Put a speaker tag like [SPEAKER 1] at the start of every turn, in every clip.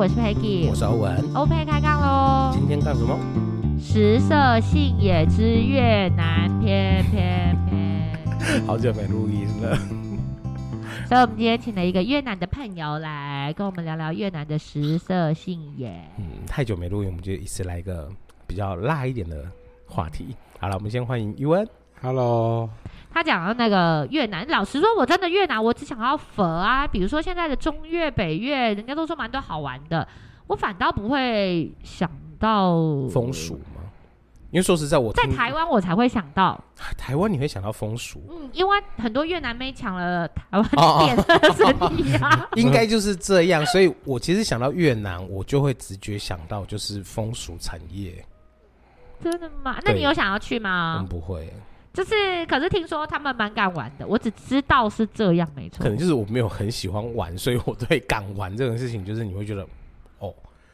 [SPEAKER 1] 我是 Peggy，
[SPEAKER 2] 我是欧文。
[SPEAKER 1] OK 开杠喽。
[SPEAKER 2] 今天干什么？
[SPEAKER 1] 食色性也之越南篇篇篇。
[SPEAKER 2] 好久没录音了。
[SPEAKER 1] 所以我们今天请了一个越南的朋友来跟我们聊聊越南的食色性也。
[SPEAKER 2] 嗯，太久没录音，我们就一次来一个比较辣一点的话题。好了，我们先欢迎余文。
[SPEAKER 3] Hello，
[SPEAKER 1] 他讲到那个越南，老实说，我真的越南，我只想要佛啊，比如说现在的中越、北越，人家都说蛮多好玩的，我反倒不会想到
[SPEAKER 2] 风俗。吗？因为说实在，我
[SPEAKER 1] 在
[SPEAKER 2] 听啊
[SPEAKER 1] 台湾我才会想到，
[SPEAKER 2] 台湾你会想到风俗，
[SPEAKER 1] 嗯，因为很多越南妹抢了台
[SPEAKER 2] 哦哦
[SPEAKER 1] 湾点的生意啊，
[SPEAKER 2] 应该就是这样。所以我其实想到越南，我就会直觉想到就是风俗产业。
[SPEAKER 1] 真的吗？那你
[SPEAKER 2] 对嗯
[SPEAKER 1] 有想要去
[SPEAKER 2] 我们
[SPEAKER 1] 吗？
[SPEAKER 2] 不会，
[SPEAKER 1] 就是，可是听说他们蛮敢玩的，我只知道是这样，没错
[SPEAKER 2] 可。能就是我没有很喜欢玩，所以我对敢玩这种事情，就是你会觉得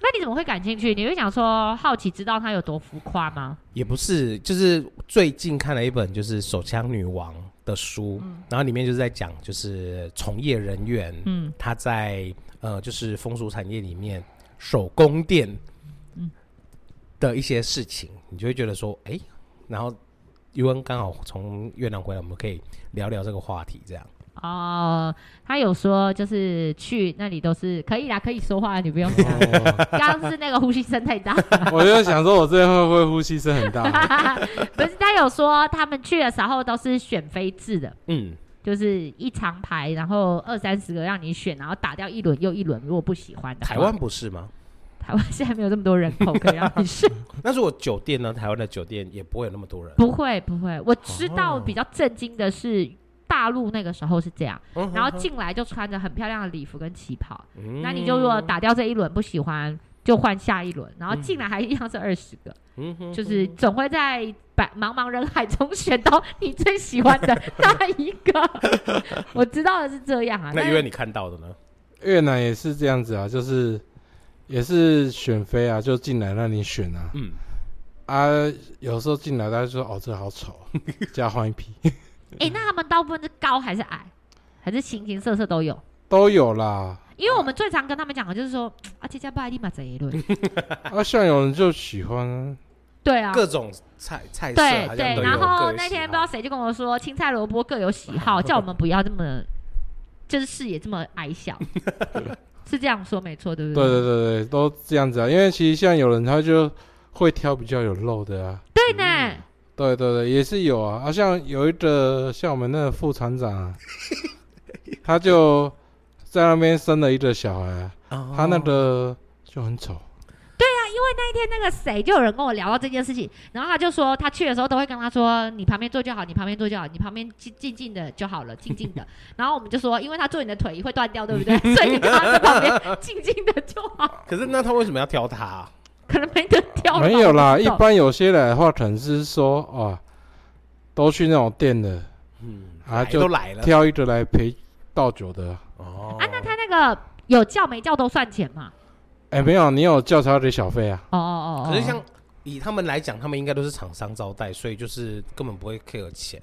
[SPEAKER 1] 那你怎么会感兴趣？你会想说好奇知道他有多浮夸吗？
[SPEAKER 2] 也不是，就是最近看了一本就是《手枪女王》的书，然后里面就是在讲就是从业人员，
[SPEAKER 1] 嗯，
[SPEAKER 2] 她在呃就是风俗产业里面手工店，
[SPEAKER 1] 嗯
[SPEAKER 2] 的一些事情，你就会觉得说，哎、然后尤恩刚好从越南回来，我们可以聊聊这个话题，这样。
[SPEAKER 1] 哦，他有说就是去那里都是可以啦，可以说话，你不用讲。
[SPEAKER 3] 哦
[SPEAKER 1] 刚刚是那个呼吸声太 大，
[SPEAKER 3] 我就想说，我这边会不会呼吸声 很大？
[SPEAKER 1] 不是他有说他们去的时候都是选妃制的，
[SPEAKER 2] 嗯，
[SPEAKER 1] 就是一长排，然后二三十个让你选，然后打掉一轮又一轮，如果不喜欢的话
[SPEAKER 2] 台湾不是吗？
[SPEAKER 1] 台湾现在没有这么多人口可以让你选，
[SPEAKER 2] 那如果酒店呢？台湾的酒店也不会有那么多人。
[SPEAKER 1] 不会不会，我知道
[SPEAKER 2] 哦
[SPEAKER 1] 比较震惊的是。大陆那个时候是这样，
[SPEAKER 2] 嗯
[SPEAKER 1] 然后进来就穿着很漂亮的礼服跟旗袍，
[SPEAKER 2] 嗯
[SPEAKER 1] 那你就如果打掉这一轮不喜欢，就换下一轮，然后进来还一样是二十个，
[SPEAKER 2] 嗯哼
[SPEAKER 1] 就是总会在百茫茫人海中选到你最喜欢的那一个。 我知道的是这样啊，
[SPEAKER 2] 那
[SPEAKER 1] 但
[SPEAKER 2] 因为你看到的呢？
[SPEAKER 3] 越南也是这样子啊，就是也是选妃啊，就进来让你选啊
[SPEAKER 2] 嗯，
[SPEAKER 3] 啊，有时候进来大家就说哦，这好丑，加换一批
[SPEAKER 1] 哎、那他们大部分是高还是矮，还是形形色色都有？
[SPEAKER 3] 都有啦。
[SPEAKER 1] 因为我们最常跟他们讲的就是说，啊，这家巴立马这一 轮，
[SPEAKER 3] 啊，像有人就喜欢啊，
[SPEAKER 1] 对啊。
[SPEAKER 2] 各种菜菜色
[SPEAKER 1] 对
[SPEAKER 2] 啊好像
[SPEAKER 1] 对，
[SPEAKER 2] 都有啊
[SPEAKER 1] 然
[SPEAKER 2] 各
[SPEAKER 1] 后
[SPEAKER 2] 有
[SPEAKER 1] 那
[SPEAKER 2] 喜
[SPEAKER 1] 天
[SPEAKER 2] 好
[SPEAKER 1] 不知道谁就跟我说，青菜萝卜各有喜好，叫我们不要这么，就是视野这么矮小，是这样说没错，对不
[SPEAKER 3] 对
[SPEAKER 1] 对
[SPEAKER 3] 对对对，都这样子啊。因为其实像有人他就会挑比较有肉的啊，
[SPEAKER 1] 对呢，
[SPEAKER 3] 对对对，也是有啊。啊，像有一个像我们那个副厂长啊，他就在那边生了一个小孩啊、
[SPEAKER 2] 哦
[SPEAKER 3] 他那个就很丑。
[SPEAKER 1] 那个谁就有人跟我聊到这件事情，然后他就说他去的时候都会跟他说你旁边坐就好，你旁边坐就好，你旁边静静静的就好了，静静的。然后我们就说，因为他坐你的腿会断掉，对不对？所以你跟他在旁边静静的就好，
[SPEAKER 2] 可是那他为什么要挑他、啊
[SPEAKER 1] 可能没得挑了吧。
[SPEAKER 3] 没有啦，
[SPEAKER 1] 我不
[SPEAKER 3] 一
[SPEAKER 1] 知道
[SPEAKER 3] 般有些人的话，可能是说啊，都去那种店的，
[SPEAKER 2] 嗯，
[SPEAKER 3] 啊
[SPEAKER 2] 来
[SPEAKER 3] 就
[SPEAKER 2] 都来了
[SPEAKER 3] 挑一个来陪倒酒的啊。
[SPEAKER 2] 哦
[SPEAKER 1] 啊，那他那个有叫没叫都算钱嘛？
[SPEAKER 3] 哎、没有，你有叫他给小费啊？
[SPEAKER 1] 哦哦哦哦，
[SPEAKER 2] 可是像以他们来讲，他们应该都是厂商招待，所以就是根本不会 care 钱。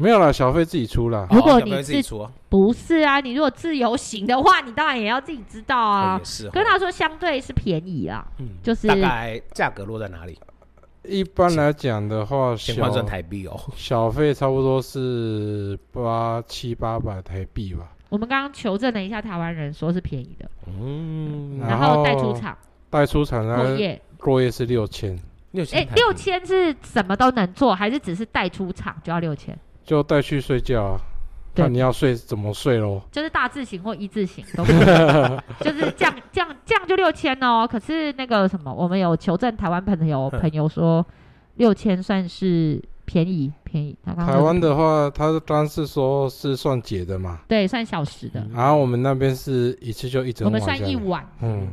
[SPEAKER 3] 没有啦，小费自己出啦。
[SPEAKER 1] 如果
[SPEAKER 2] 哦
[SPEAKER 1] 你
[SPEAKER 2] 小朋友自己
[SPEAKER 1] 自
[SPEAKER 2] 出啊，
[SPEAKER 1] 不是啊，你如果自由行的话，你当然也要自己知道
[SPEAKER 2] 哦
[SPEAKER 1] 啊
[SPEAKER 2] 也。是哦。
[SPEAKER 1] 跟他说相对是便宜啊，
[SPEAKER 2] 嗯
[SPEAKER 1] 就是
[SPEAKER 2] 大概价格落在哪里？
[SPEAKER 3] 一般来讲的话，
[SPEAKER 2] 先
[SPEAKER 3] 小
[SPEAKER 2] 换算台币哦。
[SPEAKER 3] 小费差不多是八七八百台币吧，
[SPEAKER 1] 我们刚刚求证了一下，台湾人说是便宜的，
[SPEAKER 2] 嗯，哦
[SPEAKER 3] 然
[SPEAKER 1] 然后带
[SPEAKER 3] 后
[SPEAKER 1] 出厂
[SPEAKER 3] 带出厂啊，
[SPEAKER 1] 过夜。
[SPEAKER 3] 过夜是六千，
[SPEAKER 2] 六
[SPEAKER 1] 哎
[SPEAKER 2] 千，台币
[SPEAKER 1] 六千是什么都能做，还是只是带出场就要六千？
[SPEAKER 3] 就带去睡觉啊。
[SPEAKER 1] 对
[SPEAKER 3] 看你要睡怎么睡咯。
[SPEAKER 1] 就是大字型或一字型都可 以，就是这样这样这样就六千哦。可是那个什么，我们有求证台湾朋友
[SPEAKER 2] 嗯
[SPEAKER 1] 朋友说，六千算是便宜便宜。他刚刚
[SPEAKER 3] 台湾的话，他刚是说是算解的嘛，
[SPEAKER 1] 对算小时
[SPEAKER 2] 嗯
[SPEAKER 1] 的，
[SPEAKER 3] 然后我们那边是一次就一整
[SPEAKER 1] 我们
[SPEAKER 3] 晚下来，
[SPEAKER 1] 算一晚。
[SPEAKER 3] 嗯，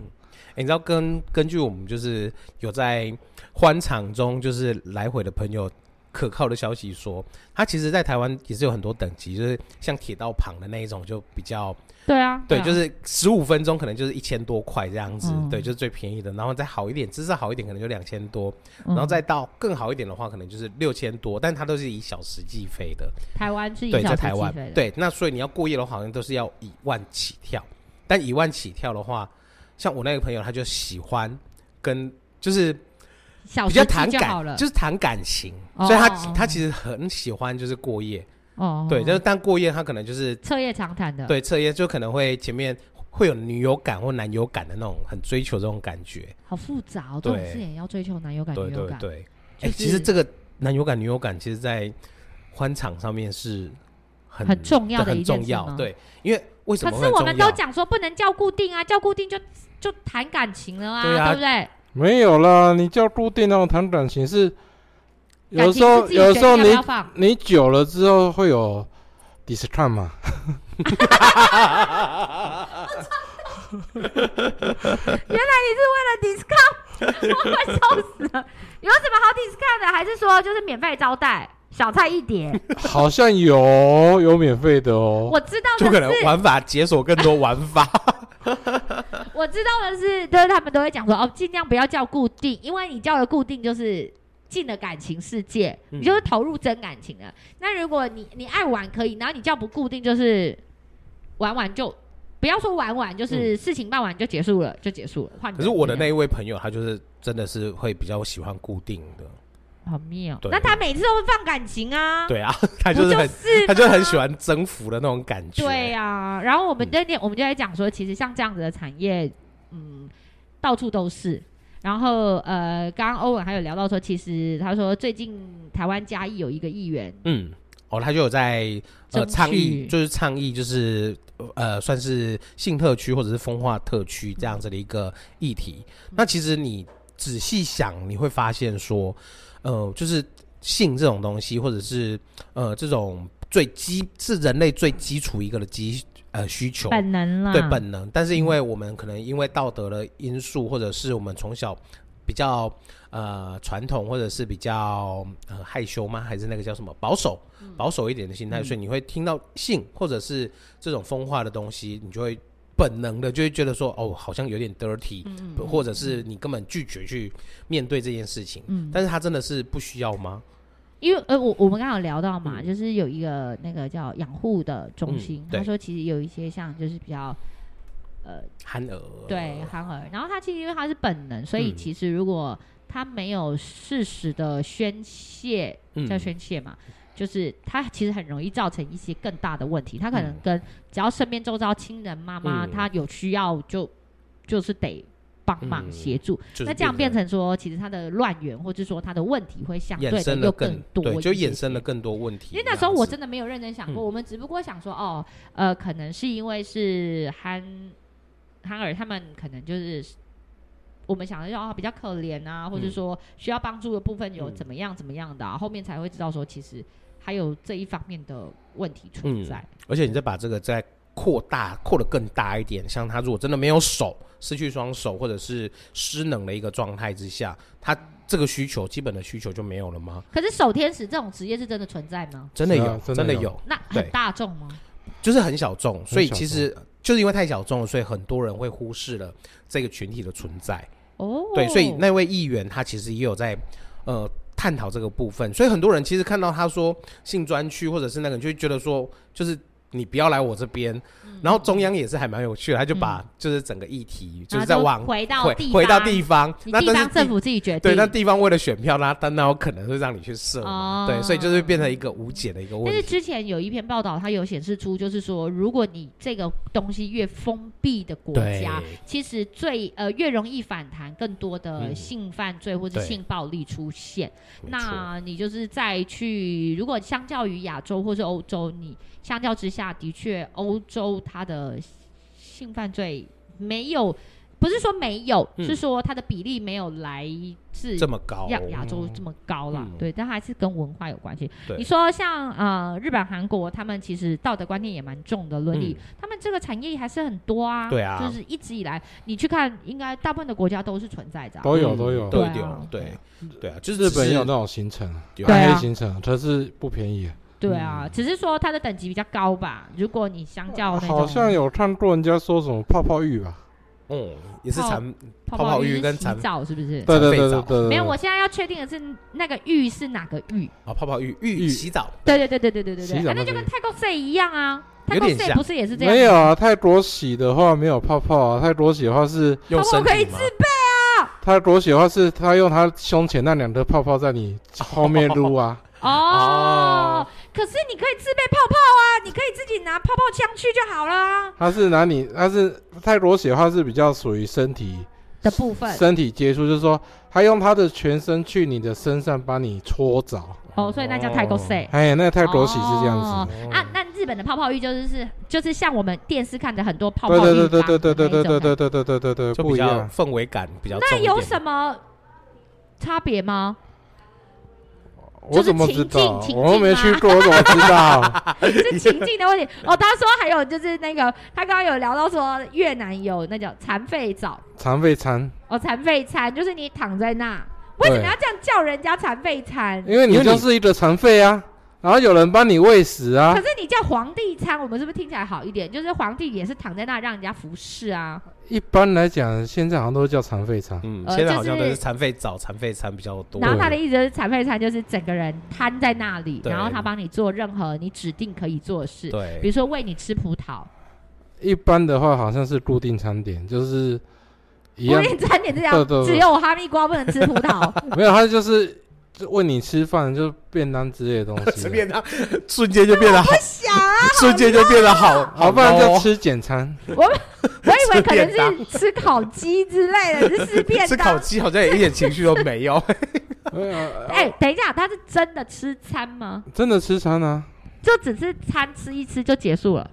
[SPEAKER 2] 哎、你知道根根据我们就是有在欢场中就是来回的朋友可靠的消息说，他其实，在台湾也是有很多等级，就是像铁道旁的那一种就比较
[SPEAKER 1] 对啊，
[SPEAKER 2] 对，就是是十五分钟可能就是一千多块这样子，
[SPEAKER 1] 嗯
[SPEAKER 2] 对，就是最便宜的。然后再好一点，姿势好一点可能就两千多，
[SPEAKER 1] 嗯
[SPEAKER 2] 然后再到更好一点的话，可能就是六千多，但它都是以小时计费的。
[SPEAKER 1] 台湾是一
[SPEAKER 2] 对，
[SPEAKER 1] 小
[SPEAKER 2] 在
[SPEAKER 1] 时
[SPEAKER 2] 台湾
[SPEAKER 1] 计费的，
[SPEAKER 2] 对，那所以你要过夜的话，好像都是要一万起跳，但一万起跳的话，像我那个朋友，他就喜欢跟就是
[SPEAKER 1] 小
[SPEAKER 2] 比
[SPEAKER 1] 时
[SPEAKER 2] 较
[SPEAKER 1] 记
[SPEAKER 2] 谈
[SPEAKER 1] 就好
[SPEAKER 2] 感，
[SPEAKER 1] 了，
[SPEAKER 2] 就是谈感情，
[SPEAKER 1] 哦
[SPEAKER 2] 所以他
[SPEAKER 1] 哦哦
[SPEAKER 2] 他其实很喜欢就是过夜，
[SPEAKER 1] 哦，
[SPEAKER 2] 对，就是但过夜他可能就是
[SPEAKER 1] 彻夜长谈的，
[SPEAKER 2] 对彻夜就可能会前面会有女友感或男友感的那种很追求这种感觉，
[SPEAKER 1] 好复杂哦，这种
[SPEAKER 2] 对
[SPEAKER 1] 事也要追求男友感、
[SPEAKER 2] 对
[SPEAKER 1] 女友
[SPEAKER 2] 对
[SPEAKER 1] 感，
[SPEAKER 2] 对，
[SPEAKER 1] 就
[SPEAKER 2] 哎、
[SPEAKER 1] 是
[SPEAKER 2] 其实这个男友感女友感，其实在欢场上面是很
[SPEAKER 1] 很重要的
[SPEAKER 2] 很
[SPEAKER 1] 一件
[SPEAKER 2] 重
[SPEAKER 1] 事
[SPEAKER 2] 要
[SPEAKER 1] 吗，
[SPEAKER 2] 对，因为为什
[SPEAKER 1] 可
[SPEAKER 2] 么
[SPEAKER 1] 是
[SPEAKER 2] 会
[SPEAKER 1] 我
[SPEAKER 2] 很
[SPEAKER 1] 们都
[SPEAKER 2] 重要？
[SPEAKER 1] 讲说不能叫固定啊，叫固定就就谈感情了啊，
[SPEAKER 2] 对啊
[SPEAKER 1] 不对？
[SPEAKER 3] 没有啦，你叫固定那种谈感情是，有
[SPEAKER 1] 感
[SPEAKER 3] 时
[SPEAKER 1] 情是
[SPEAKER 3] 候
[SPEAKER 1] 自己
[SPEAKER 3] 有时候
[SPEAKER 1] 决定要不
[SPEAKER 3] 你
[SPEAKER 1] 要放，
[SPEAKER 3] 你久了之后会有 discount 嘛，
[SPEAKER 1] 那 discount 我快笑死了，有什么好 discount 的？还是说就是免费招待，小菜一碟？
[SPEAKER 3] 好像有有免费的哦。
[SPEAKER 1] 我知道
[SPEAKER 2] 就
[SPEAKER 1] 的
[SPEAKER 2] 可能
[SPEAKER 1] 是，
[SPEAKER 2] 玩法解锁更多玩 法，
[SPEAKER 1] 我知道的是，就是他们都会讲说哦，尽量不要叫固定，因为你叫了固定就是。进了感情世界，
[SPEAKER 2] 嗯
[SPEAKER 1] 你就是投入真感情了。那如果你你爱玩可以，然后你叫不固定，就是玩玩就不要说玩玩，就是事情办完就结束了，就结束了。换
[SPEAKER 2] 嗯可是我的
[SPEAKER 1] 人这样
[SPEAKER 2] 那一位朋友，他就是真的是会比较喜欢固定的，
[SPEAKER 1] 好妙。
[SPEAKER 2] 对
[SPEAKER 1] 那他每次都会放感情啊，
[SPEAKER 2] 对啊，他
[SPEAKER 1] 不
[SPEAKER 2] 就是
[SPEAKER 1] 就
[SPEAKER 2] 很
[SPEAKER 1] 是
[SPEAKER 2] 他就很喜
[SPEAKER 1] 欢。
[SPEAKER 2] 欢征服的那种感觉，嗯
[SPEAKER 1] 对啊呀、然后我们那天、我们就在讲说，其实像这样子的产业，嗯，到处都是。然后呃，刚刚欧文还有聊到说，其实他说最近台湾嘉义有一个议员，
[SPEAKER 2] 嗯，哦，他就有在呃
[SPEAKER 1] 争取
[SPEAKER 2] 倡议，就是倡议，就是呃，算是性特区或者是风化特区这样子的一个议题。那其实你仔细想，你会发现说，呃，就是性这种东西，或者是呃这种最基是人类最基础一个的基呃需求，
[SPEAKER 1] 本能啦，
[SPEAKER 2] 对本能，但是因为我们可能因为道德的因素，或者是我们从小比较呃传统，或者是比较呃害羞吗？还是那个叫什么保守
[SPEAKER 1] 嗯
[SPEAKER 2] 保守一点的心态，所以你会听到性或者是这种风化的东西，你就会本能的就会觉得说哦，好像有点 dirty，、
[SPEAKER 1] 嗯
[SPEAKER 2] 或者是你根本拒绝去面对这件事情。
[SPEAKER 1] 嗯，
[SPEAKER 2] 但是他真的是不需要吗？
[SPEAKER 1] 因为呃，我我们刚刚有聊到嘛，
[SPEAKER 2] 嗯
[SPEAKER 1] 就是有一个那个叫养护的中
[SPEAKER 2] 嗯
[SPEAKER 1] 心，
[SPEAKER 2] 对
[SPEAKER 1] 他说其实有一些像就是比较呃
[SPEAKER 2] 憨儿
[SPEAKER 1] 对，憨儿。然后他其实因为他是本能，所以
[SPEAKER 2] 呃嗯
[SPEAKER 1] 其实如果他没有适时的宣泄，
[SPEAKER 2] 嗯
[SPEAKER 1] 叫宣泄嘛，就是他其实很容易造成一些更大的问题。他可能
[SPEAKER 2] 嗯
[SPEAKER 1] 跟只要身边周遭亲人、妈妈，
[SPEAKER 2] 嗯
[SPEAKER 1] 他有需要就就是得帮忙
[SPEAKER 2] 嗯
[SPEAKER 1] 协助。
[SPEAKER 2] 就是
[SPEAKER 1] 那这样变
[SPEAKER 2] 变
[SPEAKER 1] 成说，其实他的乱源，或者说他的问题会相对
[SPEAKER 2] 衍
[SPEAKER 1] 的
[SPEAKER 2] 生
[SPEAKER 1] 又
[SPEAKER 2] 了更
[SPEAKER 1] 多一
[SPEAKER 2] 对，
[SPEAKER 1] 些些，
[SPEAKER 2] 就衍生了更多问题这
[SPEAKER 1] 因为
[SPEAKER 2] 样子。
[SPEAKER 1] 那时候我真的没有认真想过，
[SPEAKER 2] 嗯
[SPEAKER 1] 我们只不过想说，哦，呃，可能是因为是憨憨儿他们可能就是我们想的就哦比较可怜啊，或者说需要帮助的部分有
[SPEAKER 2] 嗯
[SPEAKER 1] 怎么样怎么样的、啊，后面才会知道说其实还有这一方面的问题存
[SPEAKER 2] 嗯
[SPEAKER 1] 在。
[SPEAKER 2] 而且你再把这个再扩大，扩得更大一点，像他如果真的没有手，失去双手或者是失能的一个状态之下，他这个需求基本的需求就没有了吗？
[SPEAKER 1] 可是守天使这种职业是真的存在吗？
[SPEAKER 2] 真的
[SPEAKER 3] 是
[SPEAKER 2] 有，
[SPEAKER 3] 啊真的
[SPEAKER 2] 的
[SPEAKER 3] 有
[SPEAKER 2] 有，
[SPEAKER 1] 那很
[SPEAKER 2] 对
[SPEAKER 1] 大众吗？
[SPEAKER 2] 就是很小众，所以
[SPEAKER 3] 小
[SPEAKER 2] 其实就是因为太小众了，所以很多人会忽视了这个群体的存在。
[SPEAKER 1] 哦，
[SPEAKER 2] 对，所以那位议员他其实也有在呃探讨这个部分，所以很多人其实看到他说性专区或者是那个，你就会觉得说就是。你不要来我这边，
[SPEAKER 1] 嗯
[SPEAKER 2] 然后中央也是还蛮有趣的，他就把就是整个议题就是在
[SPEAKER 1] 然后
[SPEAKER 2] 往
[SPEAKER 1] 回到
[SPEAKER 2] 回
[SPEAKER 1] 地
[SPEAKER 2] 回到
[SPEAKER 1] 方
[SPEAKER 2] 地方，
[SPEAKER 1] 你
[SPEAKER 2] 那
[SPEAKER 1] 地
[SPEAKER 2] 但
[SPEAKER 1] 方
[SPEAKER 2] 是
[SPEAKER 1] 政
[SPEAKER 2] 地
[SPEAKER 1] 府自己决定
[SPEAKER 2] 对，那地方为了选票，那当然有可能会让你去设嘛，
[SPEAKER 1] 哦
[SPEAKER 2] 对，所以就是变成一个无解的一个问
[SPEAKER 1] 但是
[SPEAKER 2] 题。
[SPEAKER 1] 之前有一篇报道，它有显示出，就是说，如果你这个东西越封闭的国
[SPEAKER 2] 对
[SPEAKER 1] 家，其实最呃越容易反弹更多的
[SPEAKER 2] 嗯
[SPEAKER 1] 性犯罪或者
[SPEAKER 2] 对
[SPEAKER 1] 性暴力出现。
[SPEAKER 2] 没错
[SPEAKER 1] 那你就是再去，如果相较于亚洲或是欧洲，你相较之下，的确欧洲它的性犯罪没有，不是说没有，
[SPEAKER 2] 嗯
[SPEAKER 1] 是说它的比例没有来自
[SPEAKER 2] 这么高，
[SPEAKER 1] 亚亚洲这么高啦，
[SPEAKER 2] 哦嗯
[SPEAKER 1] 对，但还是跟文化有关系。
[SPEAKER 2] 对
[SPEAKER 1] 你说像呃日本、韩国，他们其实道德观念也蛮重的，伦理，他们这个产业还是很多啊。
[SPEAKER 2] 嗯对啊
[SPEAKER 1] 就是一直以来，你去看，应该大部分的国家都是存在着啊、
[SPEAKER 3] 都有
[SPEAKER 2] 嗯
[SPEAKER 3] 都有
[SPEAKER 2] 都
[SPEAKER 1] 对
[SPEAKER 2] 有
[SPEAKER 1] 啊，
[SPEAKER 2] 对对啊，就是
[SPEAKER 3] 日本也有
[SPEAKER 2] 有
[SPEAKER 3] 那种行程，
[SPEAKER 2] 有
[SPEAKER 1] 对
[SPEAKER 3] 暗
[SPEAKER 1] 啊
[SPEAKER 3] 黑行程，可是不便宜。
[SPEAKER 1] 对啊，只是说它的等级比较高吧。如果你相较那种
[SPEAKER 3] 好像有看过人家说什么泡泡浴吧？
[SPEAKER 2] 嗯，也是
[SPEAKER 1] 泡
[SPEAKER 2] 产
[SPEAKER 1] 泡
[SPEAKER 2] 泡泡
[SPEAKER 1] 浴
[SPEAKER 2] 浴
[SPEAKER 1] 是
[SPEAKER 2] 跟
[SPEAKER 1] 洗
[SPEAKER 2] 残
[SPEAKER 1] 澡是不是？
[SPEAKER 3] 对对
[SPEAKER 2] 费
[SPEAKER 3] 对
[SPEAKER 2] 澡
[SPEAKER 3] 对对。
[SPEAKER 1] 没有，我现在要确定的是那个浴是哪个浴？
[SPEAKER 2] 啊泡泡浴浴
[SPEAKER 3] 浴
[SPEAKER 2] 洗澡，
[SPEAKER 1] 对对对对对对对
[SPEAKER 3] 洗
[SPEAKER 1] 对，
[SPEAKER 3] 澡
[SPEAKER 1] 啊那就
[SPEAKER 3] 那
[SPEAKER 1] 跟
[SPEAKER 3] 个
[SPEAKER 1] 泰国 C 一样啊。泰
[SPEAKER 2] 有
[SPEAKER 1] 国
[SPEAKER 2] 点
[SPEAKER 1] C
[SPEAKER 2] 像
[SPEAKER 1] 不是也是这样？
[SPEAKER 3] 没有，啊，泰国洗的话没有泡泡啊，泰国洗的话是
[SPEAKER 2] 用
[SPEAKER 1] 他们
[SPEAKER 2] 身
[SPEAKER 1] 可以
[SPEAKER 2] 体
[SPEAKER 1] 自
[SPEAKER 2] 吗？
[SPEAKER 1] 备。
[SPEAKER 3] 泰国洗的话是他用他胸前那两颗泡泡在你后面 撸啊，
[SPEAKER 1] 哦，可是你可以自备泡泡啊，你可以自己拿泡泡枪去就好了啊
[SPEAKER 3] 他是拿你，他是泰国洗的话是比较属于身体
[SPEAKER 1] 的部分。
[SPEAKER 3] 身体接触，就是说他用他的全身去你的身上帮你搓澡，
[SPEAKER 1] 哦，所以那叫泰国 C。
[SPEAKER 3] 哎，那泰国洗是这样子的。
[SPEAKER 1] 哦啊，那日本的泡泡浴就是是就是像我们电视看的很多泡泡浴吧
[SPEAKER 3] 对对对对对对
[SPEAKER 1] 那一
[SPEAKER 3] 对对
[SPEAKER 1] 种的
[SPEAKER 3] 对对对对对对，
[SPEAKER 2] 就
[SPEAKER 3] 不
[SPEAKER 2] 比
[SPEAKER 3] 一
[SPEAKER 2] 较
[SPEAKER 3] 样。
[SPEAKER 2] 氛围感比较重
[SPEAKER 1] 那
[SPEAKER 2] 一点。
[SPEAKER 1] 有什么差别 吗？
[SPEAKER 3] 我怎么知道
[SPEAKER 1] 就是情境情？境啊
[SPEAKER 3] 我又没去过，我怎么知道？
[SPEAKER 1] 是情境的问 题哦。他说还有就是那个，他刚刚有聊到说越南有那叫残废澡
[SPEAKER 3] 残废餐，
[SPEAKER 1] 哦，残废餐就是你躺在那，为什么要这样叫人家残废餐？
[SPEAKER 3] 因为你
[SPEAKER 2] 因为你
[SPEAKER 3] 就是一个残废啊，然后有人帮你喂食啊
[SPEAKER 1] 可，是你叫皇帝餐，我们是不是听起来好一点？就是皇帝也是躺在那让人家服侍啊。
[SPEAKER 3] 一般来讲，现在好像都是叫残废餐。
[SPEAKER 2] 嗯，
[SPEAKER 1] 呃
[SPEAKER 2] 现在
[SPEAKER 1] 就
[SPEAKER 2] 好像
[SPEAKER 1] 是
[SPEAKER 2] 都是残废早、残废餐比较多
[SPEAKER 1] 然。后他的意思就是残废餐就是整个人瘫在那里，
[SPEAKER 2] 对
[SPEAKER 1] 然后他帮你做任何你指定可以做的事，比
[SPEAKER 2] 对，
[SPEAKER 1] 如说喂你吃葡萄。
[SPEAKER 3] 一般的话，好像是固定餐点，就是一
[SPEAKER 1] 固
[SPEAKER 3] 样，
[SPEAKER 1] 定餐点是这
[SPEAKER 3] 对
[SPEAKER 1] 样，
[SPEAKER 3] 对对
[SPEAKER 1] 只有哈密瓜不能吃葡 萄。
[SPEAKER 3] 没有，他就是就问你吃饭，就是便当之类的东
[SPEAKER 2] 这
[SPEAKER 3] 西。啊
[SPEAKER 2] 变他瞬间就 变得好，
[SPEAKER 1] 想啊，
[SPEAKER 2] 瞬间就变得好，
[SPEAKER 3] 好，不然就吃简餐。
[SPEAKER 1] 我以为可能是吃烤鸡之类的，是吃 便
[SPEAKER 2] 吃烤
[SPEAKER 1] 当。
[SPEAKER 2] 鸡好像也一点情绪都没有。
[SPEAKER 3] 没有啊
[SPEAKER 1] 哎、等一下，他是真的吃餐吗？
[SPEAKER 3] 真的吃餐啊，
[SPEAKER 1] 就只是餐吃一吃就结束了？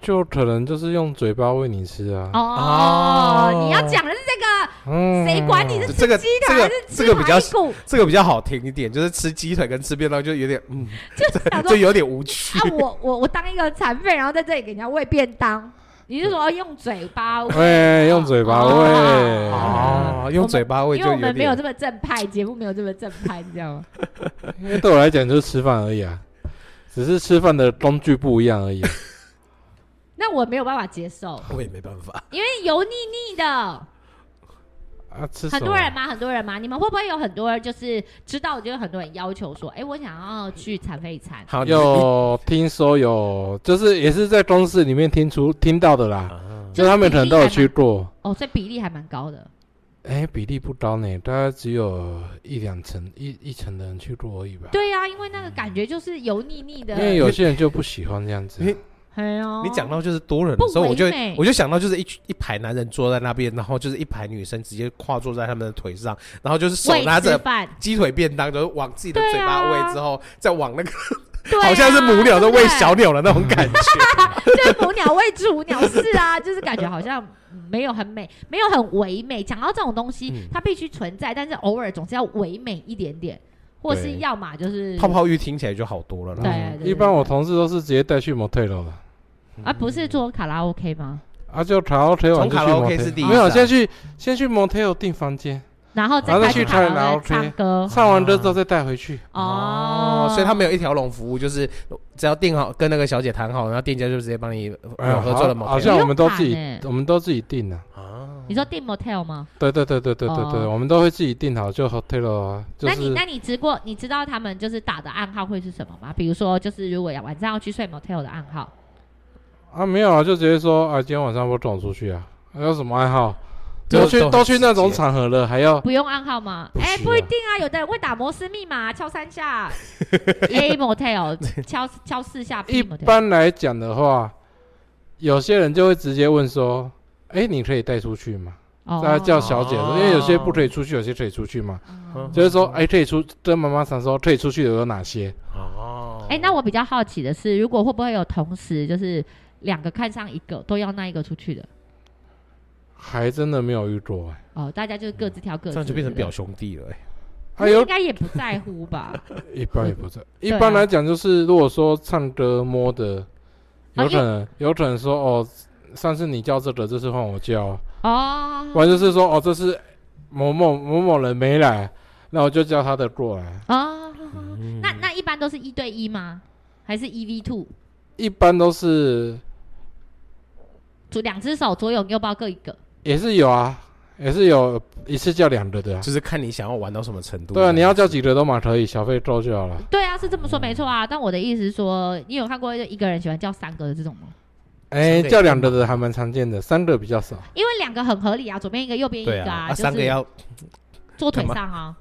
[SPEAKER 3] 就可能就是用嘴巴喂你吃啊。
[SPEAKER 1] 哦，你要讲的是这个，
[SPEAKER 3] 嗯，
[SPEAKER 1] 谁管你是
[SPEAKER 2] 这个
[SPEAKER 1] 吃鸡
[SPEAKER 2] 这
[SPEAKER 1] 腿
[SPEAKER 2] 个
[SPEAKER 1] 还是
[SPEAKER 2] 这
[SPEAKER 1] 吃
[SPEAKER 2] 个比较
[SPEAKER 1] 排 骨？
[SPEAKER 2] 这个比较好听一点，就是吃鸡腿跟吃便当就有点，嗯，
[SPEAKER 1] 就想
[SPEAKER 2] 就
[SPEAKER 1] 说
[SPEAKER 2] 有点无趣
[SPEAKER 1] 啊。，我我我当一个残废，然后在这里给人家喂便当，你是说用嘴巴喂？
[SPEAKER 3] 喂，哎用嘴巴
[SPEAKER 1] 哦
[SPEAKER 3] 喂。
[SPEAKER 2] 哦，用嘴巴喂
[SPEAKER 1] 因
[SPEAKER 2] 就
[SPEAKER 1] 为我
[SPEAKER 2] 有
[SPEAKER 1] 们没有
[SPEAKER 2] 点
[SPEAKER 1] 这么正派，节目没有这么正派，你知道吗？
[SPEAKER 3] 因为对我来讲就是吃饭而已啊，只是吃饭的工具不一样而已、啊。
[SPEAKER 1] 那我没有办法接受，
[SPEAKER 2] 我也没办法。
[SPEAKER 1] 因为油腻腻的，
[SPEAKER 3] 啊，吃什
[SPEAKER 1] 很
[SPEAKER 3] 么
[SPEAKER 1] 多人吗？很多人吗？你们会不会有很多人就是知道？我觉得很多人要求说，哎、我想要去残废餐，
[SPEAKER 2] 好，你
[SPEAKER 3] 有听说有，就是也是在公司里面听出听到的啦，
[SPEAKER 1] 嗯
[SPEAKER 2] 啊
[SPEAKER 3] 就他们可能都有去过。
[SPEAKER 1] 哦，所以比例还蛮高的。
[SPEAKER 3] 哎，比例不高呢，大概只有一两成一一成的人去过而已吧。
[SPEAKER 1] 对呀、因为那个感觉就是油腻腻的
[SPEAKER 3] 因，为有些人就不喜欢这样子
[SPEAKER 2] 因
[SPEAKER 3] 啊
[SPEAKER 2] 为。
[SPEAKER 1] 哎呦，
[SPEAKER 2] 你讲到就是多人的时候，
[SPEAKER 1] 不
[SPEAKER 2] 我就
[SPEAKER 1] 唯美
[SPEAKER 2] 我就想到就是一群一排男人坐在那边，然后就是一排女生直接跨坐在他们的腿上，然后就是手
[SPEAKER 1] 喂
[SPEAKER 2] 拿
[SPEAKER 1] 吃
[SPEAKER 2] 着
[SPEAKER 1] 饭，
[SPEAKER 2] 鸡腿便当，就是往自己的
[SPEAKER 1] 对啊啊
[SPEAKER 2] 嘴巴喂，之后再往那个
[SPEAKER 1] 对啊、
[SPEAKER 2] 好像是母鸟在喂小
[SPEAKER 1] 对
[SPEAKER 2] 鸟的那种感觉。
[SPEAKER 1] 不 对，就是母鸟喂雏鸟，是啊， 就是感觉好像没有很美，没有很唯美。讲到这种东西，
[SPEAKER 2] 嗯
[SPEAKER 1] 它必须存在，但是偶尔总是要唯美一点点，或是
[SPEAKER 2] 对
[SPEAKER 1] 要么就是
[SPEAKER 2] 泡泡浴听起来就好多了啦，
[SPEAKER 1] 啊对啊
[SPEAKER 3] 嗯
[SPEAKER 1] 对对
[SPEAKER 3] 一般我同事都是直接带去 motel 的，
[SPEAKER 1] 啊，不是做卡拉 OK 吗？
[SPEAKER 3] 啊，就卡拉 OK
[SPEAKER 2] 从
[SPEAKER 3] 完就去
[SPEAKER 2] 卡拉 OK 是
[SPEAKER 3] motel，
[SPEAKER 2] 第一啊
[SPEAKER 3] 没有
[SPEAKER 2] 站
[SPEAKER 3] 先去先去 motel 订房间，
[SPEAKER 1] 然后
[SPEAKER 3] 然
[SPEAKER 1] 再
[SPEAKER 3] 后
[SPEAKER 1] 开
[SPEAKER 3] 再
[SPEAKER 1] 始
[SPEAKER 3] 去
[SPEAKER 1] 卡
[SPEAKER 3] 看
[SPEAKER 1] 拉
[SPEAKER 3] OK
[SPEAKER 1] OK 唱歌
[SPEAKER 3] 上完歌之后再带回去。
[SPEAKER 1] 哦，
[SPEAKER 2] 所以他们有一条龙服务，就是只要订好跟那个小姐谈好，然后店家就直接帮你
[SPEAKER 3] 哎
[SPEAKER 2] 呃合作了
[SPEAKER 3] 好
[SPEAKER 2] 某
[SPEAKER 3] 好
[SPEAKER 2] 天
[SPEAKER 3] 像我们都自
[SPEAKER 1] 不
[SPEAKER 3] 己
[SPEAKER 1] 用喊欸，
[SPEAKER 3] 我们都自己订的。
[SPEAKER 2] 啊，
[SPEAKER 1] 你说订 motel 吗？
[SPEAKER 3] 对对对对对对对，
[SPEAKER 1] 哦
[SPEAKER 3] 我们都会自己订好就 hotel 啊，就
[SPEAKER 1] 那你
[SPEAKER 3] 是
[SPEAKER 1] 那你知过你知道他们就是打的暗号会是什么吗？比如说，就是如果要晚上要去睡 motel 的暗号，
[SPEAKER 3] 啊没有啊，就直接说啊，今天晚上我总出去啊，还有什么爱好？
[SPEAKER 2] 就
[SPEAKER 3] 都去
[SPEAKER 2] 都很
[SPEAKER 3] 都去那种
[SPEAKER 2] 直接
[SPEAKER 3] 场合了，还要
[SPEAKER 1] 不用暗号吗？
[SPEAKER 3] 不
[SPEAKER 1] 哎，
[SPEAKER 3] 需要
[SPEAKER 1] 不一定啊，有的人会打摩斯密码，敲三下 A motel，敲敲四下 B
[SPEAKER 3] 一
[SPEAKER 1] motel。
[SPEAKER 3] 般来讲的话，有些人就会直接问说，哎，你可以带出去吗？
[SPEAKER 1] 哦
[SPEAKER 3] 大家叫小姐，
[SPEAKER 2] 哦
[SPEAKER 3] 因为有些不可以出去，有些可以出去嘛，
[SPEAKER 1] 哦
[SPEAKER 3] 就是说，哎，可以出跟妈妈常说可以出去的有哪些？
[SPEAKER 2] 哦，
[SPEAKER 1] 哎，那我比较好奇的是，如果会不会有同时就是两个看上一个，都要那一个出去的？
[SPEAKER 3] 还真的没有遇过哎，
[SPEAKER 1] 哦，大家就是各自挑各
[SPEAKER 2] 这
[SPEAKER 1] 自，
[SPEAKER 2] 样就变成表兄弟了，哎
[SPEAKER 1] 对不
[SPEAKER 3] 还
[SPEAKER 1] 对，
[SPEAKER 3] 啊 有
[SPEAKER 1] 应该也不在乎吧？
[SPEAKER 3] 一般也不在。一
[SPEAKER 1] 对啊
[SPEAKER 3] 般来讲，就是如果说唱歌摸的，
[SPEAKER 1] 啊
[SPEAKER 3] 有可能、有可能说哦，上次你叫这个，这次换我叫，
[SPEAKER 1] 哦，
[SPEAKER 3] 不然就是说哦，这次某某某某人没来，那我就叫他的过来。
[SPEAKER 1] 哦，那那一般都是一对一吗？还是一 v two？
[SPEAKER 3] 一般都是
[SPEAKER 1] 左两只手左拥右抱各一个。
[SPEAKER 3] 也是有啊，也是有一次叫两个的啊。
[SPEAKER 2] 就是看你想要玩到什么程度。
[SPEAKER 3] 对啊，你要叫几个都嘛可以，小费够就好了。
[SPEAKER 1] 对啊，是这么
[SPEAKER 2] 嗯
[SPEAKER 1] 说没错啊。但我的意思是说，你有看过一个人喜欢叫三个的这种吗？
[SPEAKER 3] 哎，
[SPEAKER 2] 三个也
[SPEAKER 3] 叫两个的还蛮常见的，三个比较少。
[SPEAKER 1] 因为两个很合理啊，左边一个，右边一
[SPEAKER 2] 对
[SPEAKER 1] 个
[SPEAKER 2] 啊，
[SPEAKER 1] 就
[SPEAKER 2] 三个
[SPEAKER 1] 是
[SPEAKER 2] 要
[SPEAKER 1] 坐腿
[SPEAKER 2] 干嘛
[SPEAKER 1] 上啊。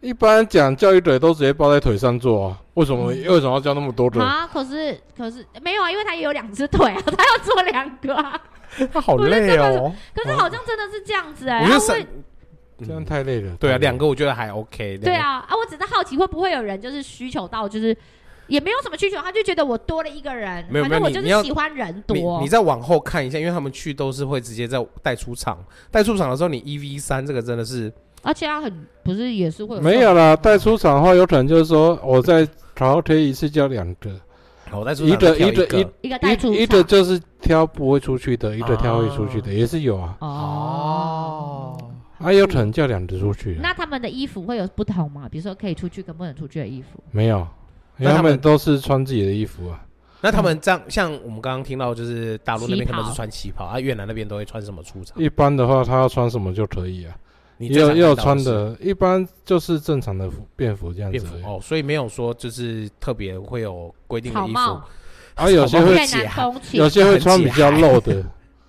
[SPEAKER 3] 一般讲叫一个都直接抱在腿上坐啊，为什么
[SPEAKER 1] 嗯
[SPEAKER 3] 为什么要叫那么多个？
[SPEAKER 1] 啊，可是可是没有啊，因为他也有两只腿啊， 他要做两个啊。
[SPEAKER 2] 他好
[SPEAKER 1] 我觉得
[SPEAKER 2] 累
[SPEAKER 1] 这个
[SPEAKER 2] 哦。
[SPEAKER 1] 可是好像真的是这样子哎、欸，
[SPEAKER 2] 我觉
[SPEAKER 1] 然
[SPEAKER 2] 得
[SPEAKER 1] 后
[SPEAKER 2] 三
[SPEAKER 1] 会
[SPEAKER 3] 这样太累了。
[SPEAKER 2] 对啊，
[SPEAKER 3] 太累了
[SPEAKER 2] 两个我觉得还 OK。
[SPEAKER 1] 嗯对，啊啊，我只是好奇会不会有人就是需求到就是。也没有什么需求，他就觉得我多了一个人，
[SPEAKER 2] 没有
[SPEAKER 1] 反
[SPEAKER 2] 没
[SPEAKER 1] 正
[SPEAKER 2] 有
[SPEAKER 1] 我
[SPEAKER 2] 你
[SPEAKER 1] 就
[SPEAKER 2] 你要
[SPEAKER 1] 是喜欢人
[SPEAKER 2] 你
[SPEAKER 1] 多
[SPEAKER 2] 你。再往后看一下，因为他们去都是会直接在带出场，带出场的时候你一 v 三这个真的是
[SPEAKER 1] 而且他很不是也是会有
[SPEAKER 3] 没有啦，带出场的话，有可能就是说我在卡拉 OK 一次叫两个，
[SPEAKER 2] 好哦带出场
[SPEAKER 3] 一个
[SPEAKER 2] 挑
[SPEAKER 3] 一个
[SPEAKER 2] 个
[SPEAKER 3] 一
[SPEAKER 1] 一个带出
[SPEAKER 3] 一一
[SPEAKER 1] 场
[SPEAKER 3] 个就是挑不会出去的，一个
[SPEAKER 2] 啊
[SPEAKER 3] 挑会出去的也是有啊，
[SPEAKER 1] 哦。
[SPEAKER 3] 啊有可能叫两个出去啊，
[SPEAKER 1] 那他们的衣服会有不同吗？比如说可以出去跟不能出去的衣服。
[SPEAKER 3] 没有，因
[SPEAKER 2] 那
[SPEAKER 3] 为
[SPEAKER 2] 他
[SPEAKER 3] 他
[SPEAKER 2] 们
[SPEAKER 3] 们都是穿自己的衣服啊，
[SPEAKER 2] 那他们这样，像我们刚刚听到，就是大陆那边
[SPEAKER 1] 旗
[SPEAKER 2] 他
[SPEAKER 1] 袍
[SPEAKER 2] 们是穿旗袍，啊，越南那边都会穿什么出场？
[SPEAKER 3] 一般的话他要穿什么就可以啊，
[SPEAKER 2] 你
[SPEAKER 3] 也有也有
[SPEAKER 2] 最常看到
[SPEAKER 3] 穿
[SPEAKER 2] 是
[SPEAKER 3] 的，一般就是正常的服便服这样
[SPEAKER 2] 便
[SPEAKER 3] 子
[SPEAKER 2] 服
[SPEAKER 3] 而已，
[SPEAKER 2] 哦，所以没有说就是特别会有规定的
[SPEAKER 1] 草
[SPEAKER 2] 衣
[SPEAKER 1] 帽
[SPEAKER 2] 服，
[SPEAKER 3] 啊有些
[SPEAKER 2] 会
[SPEAKER 1] 越
[SPEAKER 2] 解
[SPEAKER 1] 南
[SPEAKER 2] 啊
[SPEAKER 1] 风情
[SPEAKER 3] 有，些会穿比较露的，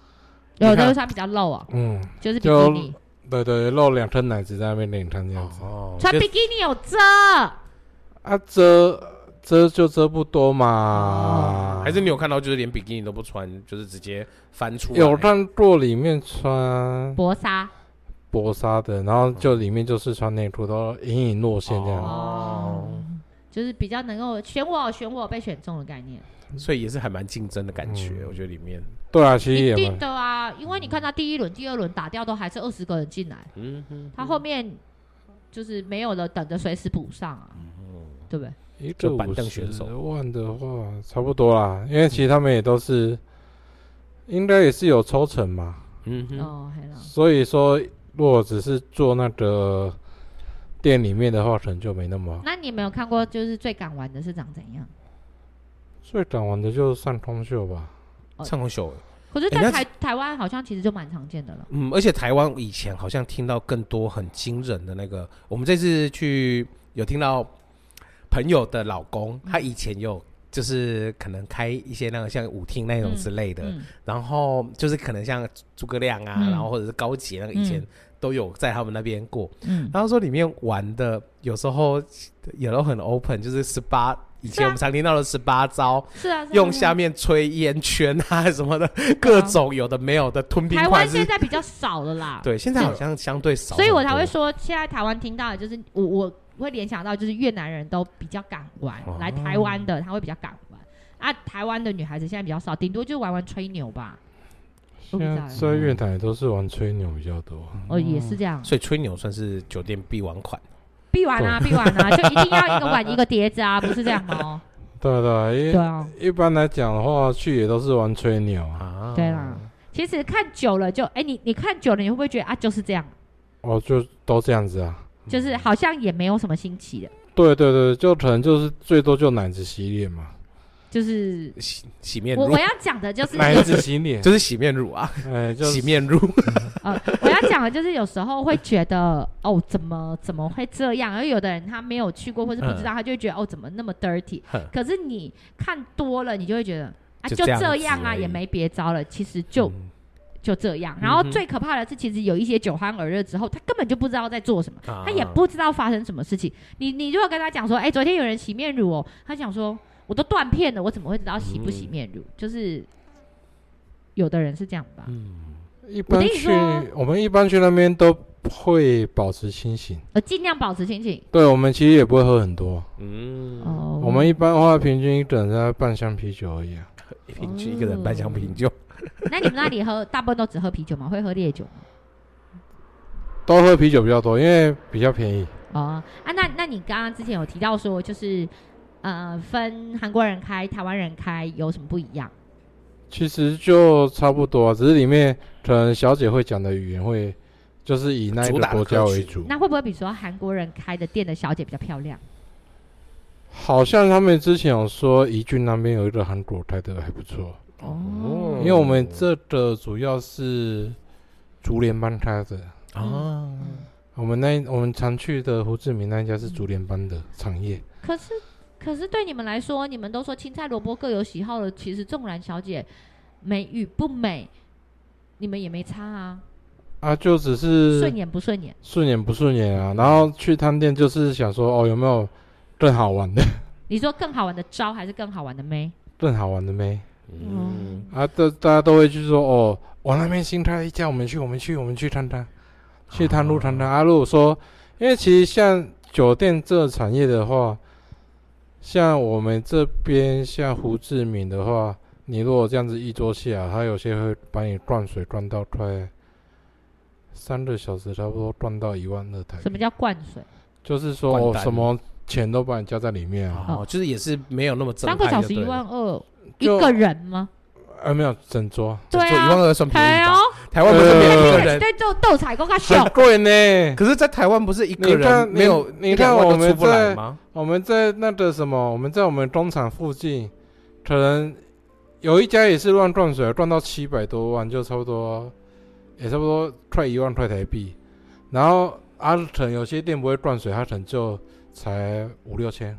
[SPEAKER 1] 有的
[SPEAKER 3] 你看
[SPEAKER 1] 穿比较露啊，
[SPEAKER 3] 嗯，
[SPEAKER 1] 就是比基
[SPEAKER 3] 就
[SPEAKER 1] 尼。
[SPEAKER 3] 对对，露两颗奶子在那边给你看这样子，
[SPEAKER 2] 哦，
[SPEAKER 1] 穿
[SPEAKER 2] 就
[SPEAKER 1] 比基尼有遮，
[SPEAKER 3] 啊遮遮就遮不多嘛，
[SPEAKER 2] 哦还是啊你有看到，就是连比基尼都不穿，就是直接翻出来
[SPEAKER 3] 有看过里面穿
[SPEAKER 1] 薄纱
[SPEAKER 3] 薄纱的，然后就里面就是穿内裤，都隐隐若现这样。
[SPEAKER 2] 哦，
[SPEAKER 1] 就是比较能够选我选我被选中的概念。
[SPEAKER 2] 所以也是还蛮竞争的感觉，
[SPEAKER 3] 嗯
[SPEAKER 2] 我觉得里面，
[SPEAKER 3] 对啊，其实
[SPEAKER 1] 一
[SPEAKER 3] 也
[SPEAKER 1] 定
[SPEAKER 3] 蛮
[SPEAKER 1] 的啊，因为你看他第一轮、第二轮打掉都还是二十个人进来，
[SPEAKER 2] 嗯哼，
[SPEAKER 1] 他后面就是没有了，等着随时补上啊，对不对？
[SPEAKER 3] 一个
[SPEAKER 2] 就板
[SPEAKER 3] 五
[SPEAKER 2] 凳
[SPEAKER 3] 十
[SPEAKER 2] 选手
[SPEAKER 3] 万的话差不多啦，因为其实他们也都是应该也是有抽成嘛，
[SPEAKER 2] 嗯哼，
[SPEAKER 1] 哦，黑了。
[SPEAKER 3] 所以说如果只是做那个店里面的话，可能就没那么好
[SPEAKER 1] 那你有没有看过就是最敢玩的是长怎样？
[SPEAKER 3] 最敢玩的就是上空秀吧。
[SPEAKER 2] 唱红秀，
[SPEAKER 1] 可是，
[SPEAKER 2] 哎
[SPEAKER 1] 在
[SPEAKER 2] 那
[SPEAKER 1] 台台湾好像其实就蛮常见的了。
[SPEAKER 2] 嗯，而且台湾以前好像听到更多很惊人的那个，我们这次去有听到朋友的老公，
[SPEAKER 1] 嗯
[SPEAKER 2] 他以前有就是可能开一些那个像舞厅那种之类的，
[SPEAKER 1] 嗯，
[SPEAKER 2] 然后就是可能像诸葛亮啊，
[SPEAKER 1] 嗯
[SPEAKER 2] 然后或者是高杰那个以前
[SPEAKER 1] 嗯
[SPEAKER 2] 都有在他们那边过，
[SPEAKER 1] 嗯，
[SPEAKER 2] 然后说里面玩的有时候也都很 open，就是十八。
[SPEAKER 1] 啊
[SPEAKER 2] 以前我们常听到的十八招，
[SPEAKER 1] 是啊，是啊
[SPEAKER 2] 用
[SPEAKER 1] 是啊
[SPEAKER 2] 下面吹烟圈啊什么的，各种有的没有的吞
[SPEAKER 1] 嗯
[SPEAKER 2] 冰
[SPEAKER 1] 台
[SPEAKER 2] 块
[SPEAKER 1] 湾
[SPEAKER 2] 是
[SPEAKER 1] 现在比较少了啦。
[SPEAKER 2] 对，现在好像相对少
[SPEAKER 1] 所
[SPEAKER 2] 很多，
[SPEAKER 1] 以我才会说，现在台湾听到的就是我我会联想到就是越南人都比较敢玩，
[SPEAKER 2] 哦
[SPEAKER 1] 来台湾的他会比较敢玩啊，台湾的女孩子现在比较少，顶多就玩玩吹牛吧。我
[SPEAKER 3] 现
[SPEAKER 1] 不知道
[SPEAKER 3] 在在乐坛也都是玩吹牛比较多，
[SPEAKER 1] 哦，也是这样，
[SPEAKER 2] 所以吹牛算是酒店必玩款。
[SPEAKER 1] 必玩啊，必玩 啊，就一定要一个碗一个碟子啊，不是这样吗？
[SPEAKER 3] 对啊对啊，
[SPEAKER 1] 对
[SPEAKER 3] 因
[SPEAKER 1] 啊，
[SPEAKER 3] 一般来讲的话，去也都是玩吹牛啊。
[SPEAKER 2] 啊
[SPEAKER 1] 对啦。其实看久了就，哎、你你看久了，你会不会觉得啊，就是这样，
[SPEAKER 3] 哦，就都这样子啊。
[SPEAKER 1] 就是好像也没有什么新奇的，
[SPEAKER 3] 对对对，就可能就是最多就奶子洗脸嘛，
[SPEAKER 1] 就是
[SPEAKER 2] 洗洗面
[SPEAKER 1] 我
[SPEAKER 2] 乳
[SPEAKER 1] 我，要讲的 就是
[SPEAKER 3] 奶子洗脸，
[SPEAKER 2] 就是洗面乳啊，
[SPEAKER 3] 哎，就
[SPEAKER 2] 洗
[SPEAKER 3] 是
[SPEAKER 2] 面乳。
[SPEAKER 1] 呃，我要讲的就是有时候会觉得哦，怎么怎么会这样？而有的人他没有去过或是不知道，他就会觉得哦，怎么那么 dirty？
[SPEAKER 2] 嗯哼
[SPEAKER 1] 可是你看多了，你就会觉得啊，
[SPEAKER 2] 就
[SPEAKER 1] 就
[SPEAKER 2] 这样
[SPEAKER 1] 这
[SPEAKER 2] 子
[SPEAKER 1] 样啊，
[SPEAKER 2] 而已
[SPEAKER 1] 也没别招了。其实就
[SPEAKER 2] 嗯
[SPEAKER 1] 就这样。然后
[SPEAKER 2] 嗯哼
[SPEAKER 1] 最可怕的是，其实有一些酒酣耳热之后，他根本就不知道在做什么，
[SPEAKER 2] 啊
[SPEAKER 1] 他也不知道发生什么事情。你你如果跟他讲说，哎，昨天有人洗面乳哦，他想说我都断片了，我怎么会知道洗不洗
[SPEAKER 2] 嗯
[SPEAKER 1] 面乳？就是有的人是这样吧。
[SPEAKER 2] 嗯
[SPEAKER 3] 一般
[SPEAKER 1] 我跟你
[SPEAKER 3] 去
[SPEAKER 1] 说
[SPEAKER 3] 我们一般去那边都会保持清醒，
[SPEAKER 1] 呃，尽量保持清醒。
[SPEAKER 3] 对我们其实也不会喝很多，
[SPEAKER 2] 嗯，
[SPEAKER 1] 哦，
[SPEAKER 3] 我们一般的话平均一个人在半箱啤酒而已啊。
[SPEAKER 2] 平均一个人半箱啤酒，
[SPEAKER 1] 那你们那里喝大部分都只喝啤酒吗？会喝烈酒吗？
[SPEAKER 3] 都喝啤酒比较多，因为比较便宜。
[SPEAKER 1] 哦啊，那那你刚刚之前有提到说，就是呃，分韩国人开、台湾人开有什么不一样？
[SPEAKER 3] 其实就差不多啊，只是里面可能小姐会讲的语言会就是以那一
[SPEAKER 2] 主
[SPEAKER 3] 个
[SPEAKER 2] 打的
[SPEAKER 3] 国家
[SPEAKER 2] 歌曲
[SPEAKER 3] 为主，
[SPEAKER 1] 那会不会比如说韩国人开的店的小姐比较漂亮？
[SPEAKER 3] 好像他们之前有说宜俊那边有一个韩国开的还不错。
[SPEAKER 1] 哦
[SPEAKER 3] 因为我们这个主要是竹联帮开的。
[SPEAKER 2] 啊，
[SPEAKER 1] 嗯
[SPEAKER 3] 我们那我们常去的胡志明那一家是竹联帮的产业，
[SPEAKER 1] 可是，可是对你们来说，你们都说青菜萝卜各有喜好了，其实纵然小姐美与不美，你们也没差啊，
[SPEAKER 3] 啊，就只
[SPEAKER 1] 顺
[SPEAKER 3] 是
[SPEAKER 1] 眼不顺眼？
[SPEAKER 3] 顺眼不顺眼啊。然后去探店就是想说，哦，有没有更好玩的、
[SPEAKER 1] 你说更好玩的招还是更好玩的妹？
[SPEAKER 3] 更好玩的没？
[SPEAKER 2] 嗯，
[SPEAKER 3] 啊，大大家都会去说，哦，往那边新开一家，我们去，我们去，我们去探探，去探路探探。啊，如果说，因为其实像酒店这个产业的话，像我们这边像胡志明的话，你如果这样子一桌下来，他有些会把你灌水灌到快三个小时，差不多灌到一万二台币。
[SPEAKER 1] 什么叫灌水？
[SPEAKER 3] 就是说、
[SPEAKER 2] 灌
[SPEAKER 3] 哦、
[SPEAKER 2] 单
[SPEAKER 3] 什么钱都把你加在里面啊？
[SPEAKER 2] 哦，就是也是没有那么正
[SPEAKER 1] 嗯三
[SPEAKER 2] 派
[SPEAKER 1] 个小
[SPEAKER 2] 就对了，
[SPEAKER 1] 时一万二，一
[SPEAKER 3] 就
[SPEAKER 1] 个人吗？
[SPEAKER 3] 啊，没有整桌，
[SPEAKER 1] 对
[SPEAKER 2] 一万
[SPEAKER 1] 啊，
[SPEAKER 2] 二算便宜
[SPEAKER 1] 哎呦
[SPEAKER 2] 吧？，台湾不是没有一个人，
[SPEAKER 1] 呃对豆豆采购他秀
[SPEAKER 3] 很，贵呢。
[SPEAKER 2] 可是，在台湾不是一个
[SPEAKER 3] 你
[SPEAKER 2] 人
[SPEAKER 3] 看
[SPEAKER 2] 没有
[SPEAKER 3] 你
[SPEAKER 2] 一两
[SPEAKER 3] 看
[SPEAKER 2] 万
[SPEAKER 3] 我
[SPEAKER 2] 都
[SPEAKER 3] 们
[SPEAKER 2] 出不来
[SPEAKER 3] 在
[SPEAKER 2] 吗？
[SPEAKER 3] 我们在那个什么，我们在我们工厂附近，可能有一家也是乱灌水，灌到七百多万，就差不多，也差不多快一万块台币。然后阿成有些店不会灌水，他可能就才五六千。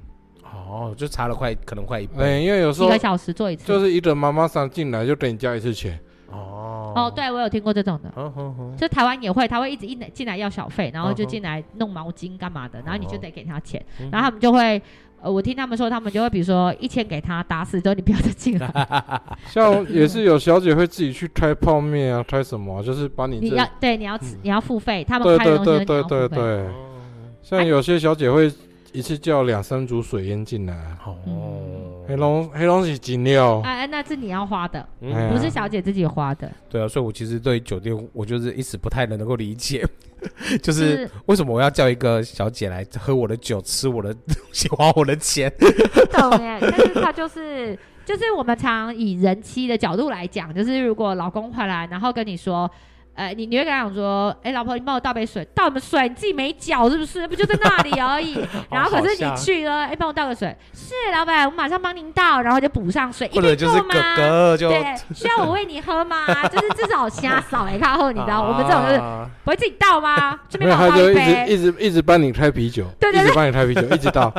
[SPEAKER 2] 哦，就差了快，可能快一
[SPEAKER 3] 哎、
[SPEAKER 2] 倍。
[SPEAKER 3] 因为有时
[SPEAKER 1] 一
[SPEAKER 3] 候
[SPEAKER 1] 个小时做一次。
[SPEAKER 3] 就是一个妈妈桑进来就给你加一次钱，
[SPEAKER 2] 哦
[SPEAKER 1] 哦，，对我有听过这种的。
[SPEAKER 2] 嗯哼哼
[SPEAKER 1] 就台湾也会，他会一直一进来要小费，然后就
[SPEAKER 2] 嗯哼
[SPEAKER 1] 进来弄毛巾干嘛
[SPEAKER 3] 哦
[SPEAKER 1] 的，然后你就得给他钱，
[SPEAKER 2] 嗯哼
[SPEAKER 1] 然后他们就会，呃，我听他们说，他们就会比如说一千给他，打死之后你不要再进 来，
[SPEAKER 3] 像也是有小姐会自己去开泡面啊，开什么啊、就是把你
[SPEAKER 1] 你
[SPEAKER 3] 这
[SPEAKER 1] 要对你要吃你要付费，他们
[SPEAKER 3] 嗯对
[SPEAKER 1] 开的哎
[SPEAKER 3] 对
[SPEAKER 1] 东西
[SPEAKER 3] 对
[SPEAKER 1] 你要付
[SPEAKER 3] 对对
[SPEAKER 1] 费。
[SPEAKER 3] 对，
[SPEAKER 2] 哦
[SPEAKER 3] 像有些小姐会一次叫两三组水烟进来啊。
[SPEAKER 1] 嗯
[SPEAKER 2] 哦
[SPEAKER 3] 黑龙黑龙是金料，
[SPEAKER 1] 哎、哎那是你要花的，
[SPEAKER 2] 嗯
[SPEAKER 3] 哎呀
[SPEAKER 1] 不是小姐自己花的，
[SPEAKER 2] 对啊，所以我其实对酒店，我就是一直不太能够理解， 就
[SPEAKER 1] 就是是
[SPEAKER 2] 为什么我要叫一个小姐来喝我的酒、吃我的 东西、花我的钱？
[SPEAKER 1] 不懂哎，但是他就是。 就是我们常以人妻的角度来讲，就是如果老公回来，然后跟你说，呃，你你会跟他讲说，哎、老婆，你帮我倒杯水，倒什么水？你自己没脚是不是？不就在那里而 已。然后可是
[SPEAKER 2] 好
[SPEAKER 1] 你
[SPEAKER 2] 像
[SPEAKER 1] 去了，哎、帮我倒个水，是老板，我马上帮您倒，然后就补上水，一
[SPEAKER 2] 或者
[SPEAKER 1] 杯
[SPEAKER 2] 就是
[SPEAKER 1] 够
[SPEAKER 2] 哥
[SPEAKER 1] 吗？
[SPEAKER 2] 哥就
[SPEAKER 1] 对，需要我为你喝 吗？就是至少瞎扫一看哎后，你知道，我们这种就是
[SPEAKER 2] 啊
[SPEAKER 1] 不会自己倒吗？顺
[SPEAKER 3] 没
[SPEAKER 1] 便
[SPEAKER 3] 有
[SPEAKER 1] 帮我
[SPEAKER 3] 他
[SPEAKER 1] 倒
[SPEAKER 3] 就
[SPEAKER 1] 一
[SPEAKER 3] 一
[SPEAKER 1] 杯
[SPEAKER 3] 直。一直一直帮你开啤酒，
[SPEAKER 1] 对对对
[SPEAKER 3] 一直帮你开啤酒，一直 倒。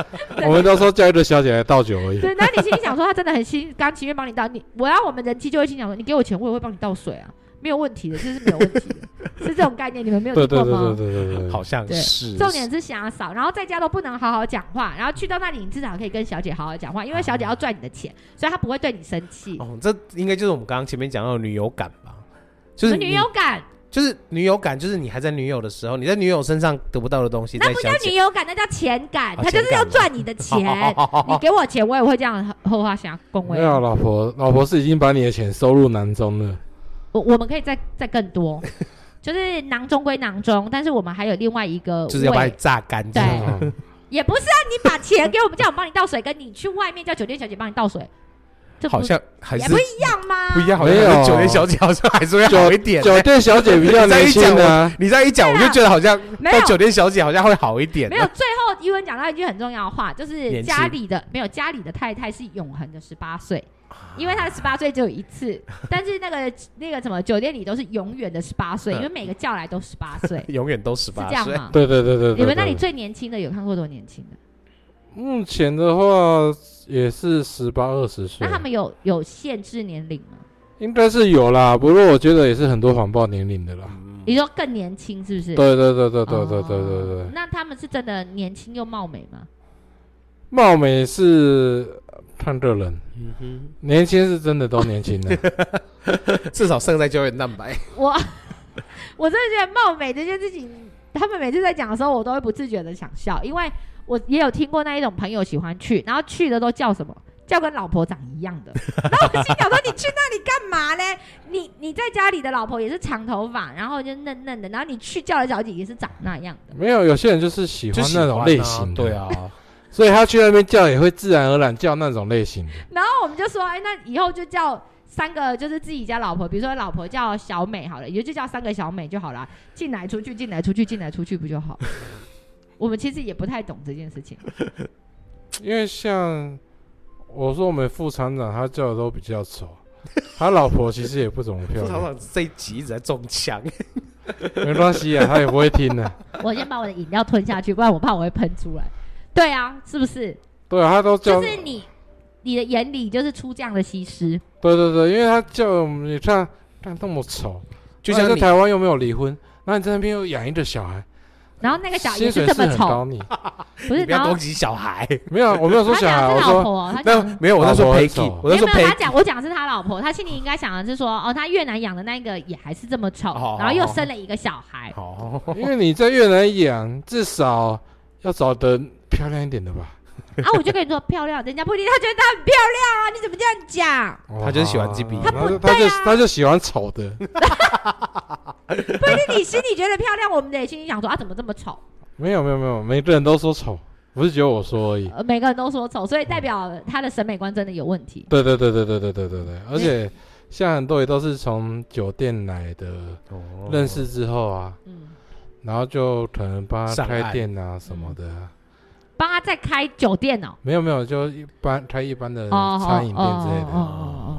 [SPEAKER 3] 我们到时候叫一个小姐来倒酒而已。
[SPEAKER 1] 对，那你心里想说，他真的很心甘情愿帮你倒，你我要我们人气就会心想说，你给我钱，我也会帮你倒水啊，没有问题的，这是没有问题的，是这种概念，你们没有
[SPEAKER 3] 对
[SPEAKER 1] 听
[SPEAKER 3] 对
[SPEAKER 1] 过
[SPEAKER 3] 对对
[SPEAKER 1] 吗？
[SPEAKER 3] 对对对，
[SPEAKER 2] 好像
[SPEAKER 1] 对
[SPEAKER 2] 是
[SPEAKER 1] 重点是想要少，然后在家都不能好好讲话，然后去到那里，你至少可以跟小姐好好讲话，因为小姐要赚你的钱，所以她不会对你生气。
[SPEAKER 2] 哦，这应该就是我们刚刚前面讲到的女友感吧？就
[SPEAKER 1] 什
[SPEAKER 2] 是
[SPEAKER 1] 么女
[SPEAKER 2] 你
[SPEAKER 1] 友感，
[SPEAKER 2] 就是女友感，就是你还在女友的时候，你在女友身上得不到的东西，
[SPEAKER 1] 那
[SPEAKER 2] 在
[SPEAKER 1] 不
[SPEAKER 2] 小
[SPEAKER 1] 叫
[SPEAKER 2] 姐
[SPEAKER 1] 女友感，那叫钱感，
[SPEAKER 2] 哦
[SPEAKER 1] 她就是
[SPEAKER 2] 钱
[SPEAKER 1] 要
[SPEAKER 2] 感吗
[SPEAKER 1] 赚你的钱。 你给我钱，我也会这样后话想恭维
[SPEAKER 3] 没。有老婆，老婆是已经把你的钱收入囊中了。
[SPEAKER 1] 我我们可以再再更多，就是囊中归囊中，但是我们还有另外一个
[SPEAKER 2] 就是要把
[SPEAKER 1] 位
[SPEAKER 2] 你榨干。
[SPEAKER 1] 对
[SPEAKER 3] 嗯
[SPEAKER 1] 也不是啊，你把钱给我们，叫我们帮你倒水，跟你去外面叫酒店小姐帮你倒水，这不
[SPEAKER 2] 好像还
[SPEAKER 1] 也
[SPEAKER 2] 是
[SPEAKER 1] 不一样吗？
[SPEAKER 2] 不一样，好
[SPEAKER 3] 没
[SPEAKER 2] 像
[SPEAKER 3] 有
[SPEAKER 2] 还是酒店小姐好像还是会好一点。
[SPEAKER 3] 酒店小姐比较年轻啊，
[SPEAKER 2] 你这样一讲，我就觉得好像
[SPEAKER 1] 没
[SPEAKER 2] 到
[SPEAKER 1] 有
[SPEAKER 2] 酒店小姐好像会好一点
[SPEAKER 1] 没。有。最后一文讲到一句很重要的话，就是
[SPEAKER 2] 年轻
[SPEAKER 1] 家里的没有家里的太太是永恒的十八岁。因为她的十八岁只有一次，但是那个那个什么酒店里都是永远的十八岁，因为每个叫来都十八岁，是
[SPEAKER 2] 永远都十八
[SPEAKER 1] 这样
[SPEAKER 2] 岁，
[SPEAKER 1] 吗？
[SPEAKER 3] 对对对对对。
[SPEAKER 1] 你们那里
[SPEAKER 3] 对
[SPEAKER 1] 最年轻的有看过多年轻的？
[SPEAKER 3] 目前的话也是十八二十岁
[SPEAKER 1] 那，他们有有限制年龄吗？
[SPEAKER 3] 应该是有啦。不过我觉得也是很多谎报年龄的啦。
[SPEAKER 2] 嗯
[SPEAKER 1] 你说更年轻是不是？
[SPEAKER 3] 对对对对对对对对对
[SPEAKER 1] 哦。那他们是真的年轻又貌美吗？
[SPEAKER 3] 貌美是呃看个人，
[SPEAKER 2] 嗯哼，
[SPEAKER 3] 年轻是真的都年轻的。
[SPEAKER 2] 至少胜在胶原蛋白。
[SPEAKER 1] 我 我真的觉得貌美这件事情，他们每次在讲的时候，我都会不自觉的想笑，因为我也有听过那一种朋友喜欢去，然后去的都叫什么？叫跟老婆长一样的， 然后我心想说：“你去那里干嘛嘞？你你在家里的老婆也是长头发，然后就嫩嫩的，然后你去叫的小姐也是长那样的。
[SPEAKER 3] 没有，有些人就是喜欢那种类型的，
[SPEAKER 2] 对， 啊，
[SPEAKER 3] 所以他去那边叫也会自然而然叫那种类型的。
[SPEAKER 1] 然后我们就说，哎，那以后就叫三个，就是自己家老婆，比如说老婆叫小美好了，也就叫三个小美就好了，进来出去，进来出去，进来出去不就好？我们其实也不太懂这件事情，
[SPEAKER 3] 因为像我说我们副厂长他叫的都比较丑，他老婆其实也不怎么漂
[SPEAKER 2] 副厂
[SPEAKER 3] 亮。
[SPEAKER 2] 长这一集一直在中枪，
[SPEAKER 3] 没关系啊，他也不会听的、
[SPEAKER 1] 我先把我的饮料吞下去，不然我怕我会喷出来。对啊，是不是？
[SPEAKER 3] 对啊，他都叫，
[SPEAKER 1] 就是你你的眼里就是出这样的西施，
[SPEAKER 3] 对对对，因为他叫我们，你看，看那么丑，
[SPEAKER 2] 就
[SPEAKER 3] 那
[SPEAKER 2] 像
[SPEAKER 3] 你在
[SPEAKER 2] 你
[SPEAKER 3] 台湾又没有离婚，那你在那边又养一个小孩，
[SPEAKER 1] 然后那个小也
[SPEAKER 3] 薪水
[SPEAKER 1] 这么
[SPEAKER 3] 很
[SPEAKER 1] 丑，
[SPEAKER 3] 高你，
[SPEAKER 1] 不是？
[SPEAKER 2] 你不要
[SPEAKER 1] 然后
[SPEAKER 2] 攻击小孩。
[SPEAKER 3] 没 有，我没有说
[SPEAKER 1] 他
[SPEAKER 3] 小
[SPEAKER 1] 讲
[SPEAKER 3] 孩，
[SPEAKER 1] 的是
[SPEAKER 3] 我
[SPEAKER 1] 老
[SPEAKER 3] 说
[SPEAKER 1] 婆哦，他
[SPEAKER 2] 那
[SPEAKER 1] 讲的
[SPEAKER 2] 没有，我那时候
[SPEAKER 3] 老婆很
[SPEAKER 2] Peggy，
[SPEAKER 3] 丑
[SPEAKER 2] 我那时候
[SPEAKER 1] 没有没有，他
[SPEAKER 2] Peggy，
[SPEAKER 1] 讲我讲的是他老婆，他心里应该想的是说，哦，他越南养的那个也还是这么丑，
[SPEAKER 3] 哦
[SPEAKER 2] 好好
[SPEAKER 1] 然后又
[SPEAKER 2] 好
[SPEAKER 1] 生了一个小孩，
[SPEAKER 2] 哦，
[SPEAKER 3] 因为你在越南养，至少要找的漂亮一点的吧。
[SPEAKER 1] 啊，我就跟你说漂亮，人家不一定他觉得她很漂亮啊，你怎么这样讲？
[SPEAKER 2] 他就是喜欢鸡皮
[SPEAKER 3] 他
[SPEAKER 2] 他不
[SPEAKER 3] 就哦他就
[SPEAKER 1] 啊
[SPEAKER 3] 他就喜欢丑的，
[SPEAKER 1] 不一定你心里觉得漂亮，我们得心里想说啊，怎么这么丑？
[SPEAKER 3] 没有没有没有，每个人都说丑，不是只有我说而已。
[SPEAKER 1] 呃，每个人都说丑，所以代表他的审美观真的有问题。
[SPEAKER 3] 对对对对对对对对对，而且像很多也都是从酒店来的，认识之后啊，
[SPEAKER 1] 嗯，
[SPEAKER 3] 然后就可能帮他
[SPEAKER 2] 上
[SPEAKER 3] 开
[SPEAKER 2] 岸
[SPEAKER 3] 店啊什么的啊，
[SPEAKER 1] 帮他再开酒店哦，
[SPEAKER 3] 没有没有，就一般开一般的
[SPEAKER 1] 哦，
[SPEAKER 3] 嗯餐饮店之类
[SPEAKER 1] 哦
[SPEAKER 3] 的
[SPEAKER 1] 哦。哦哦哦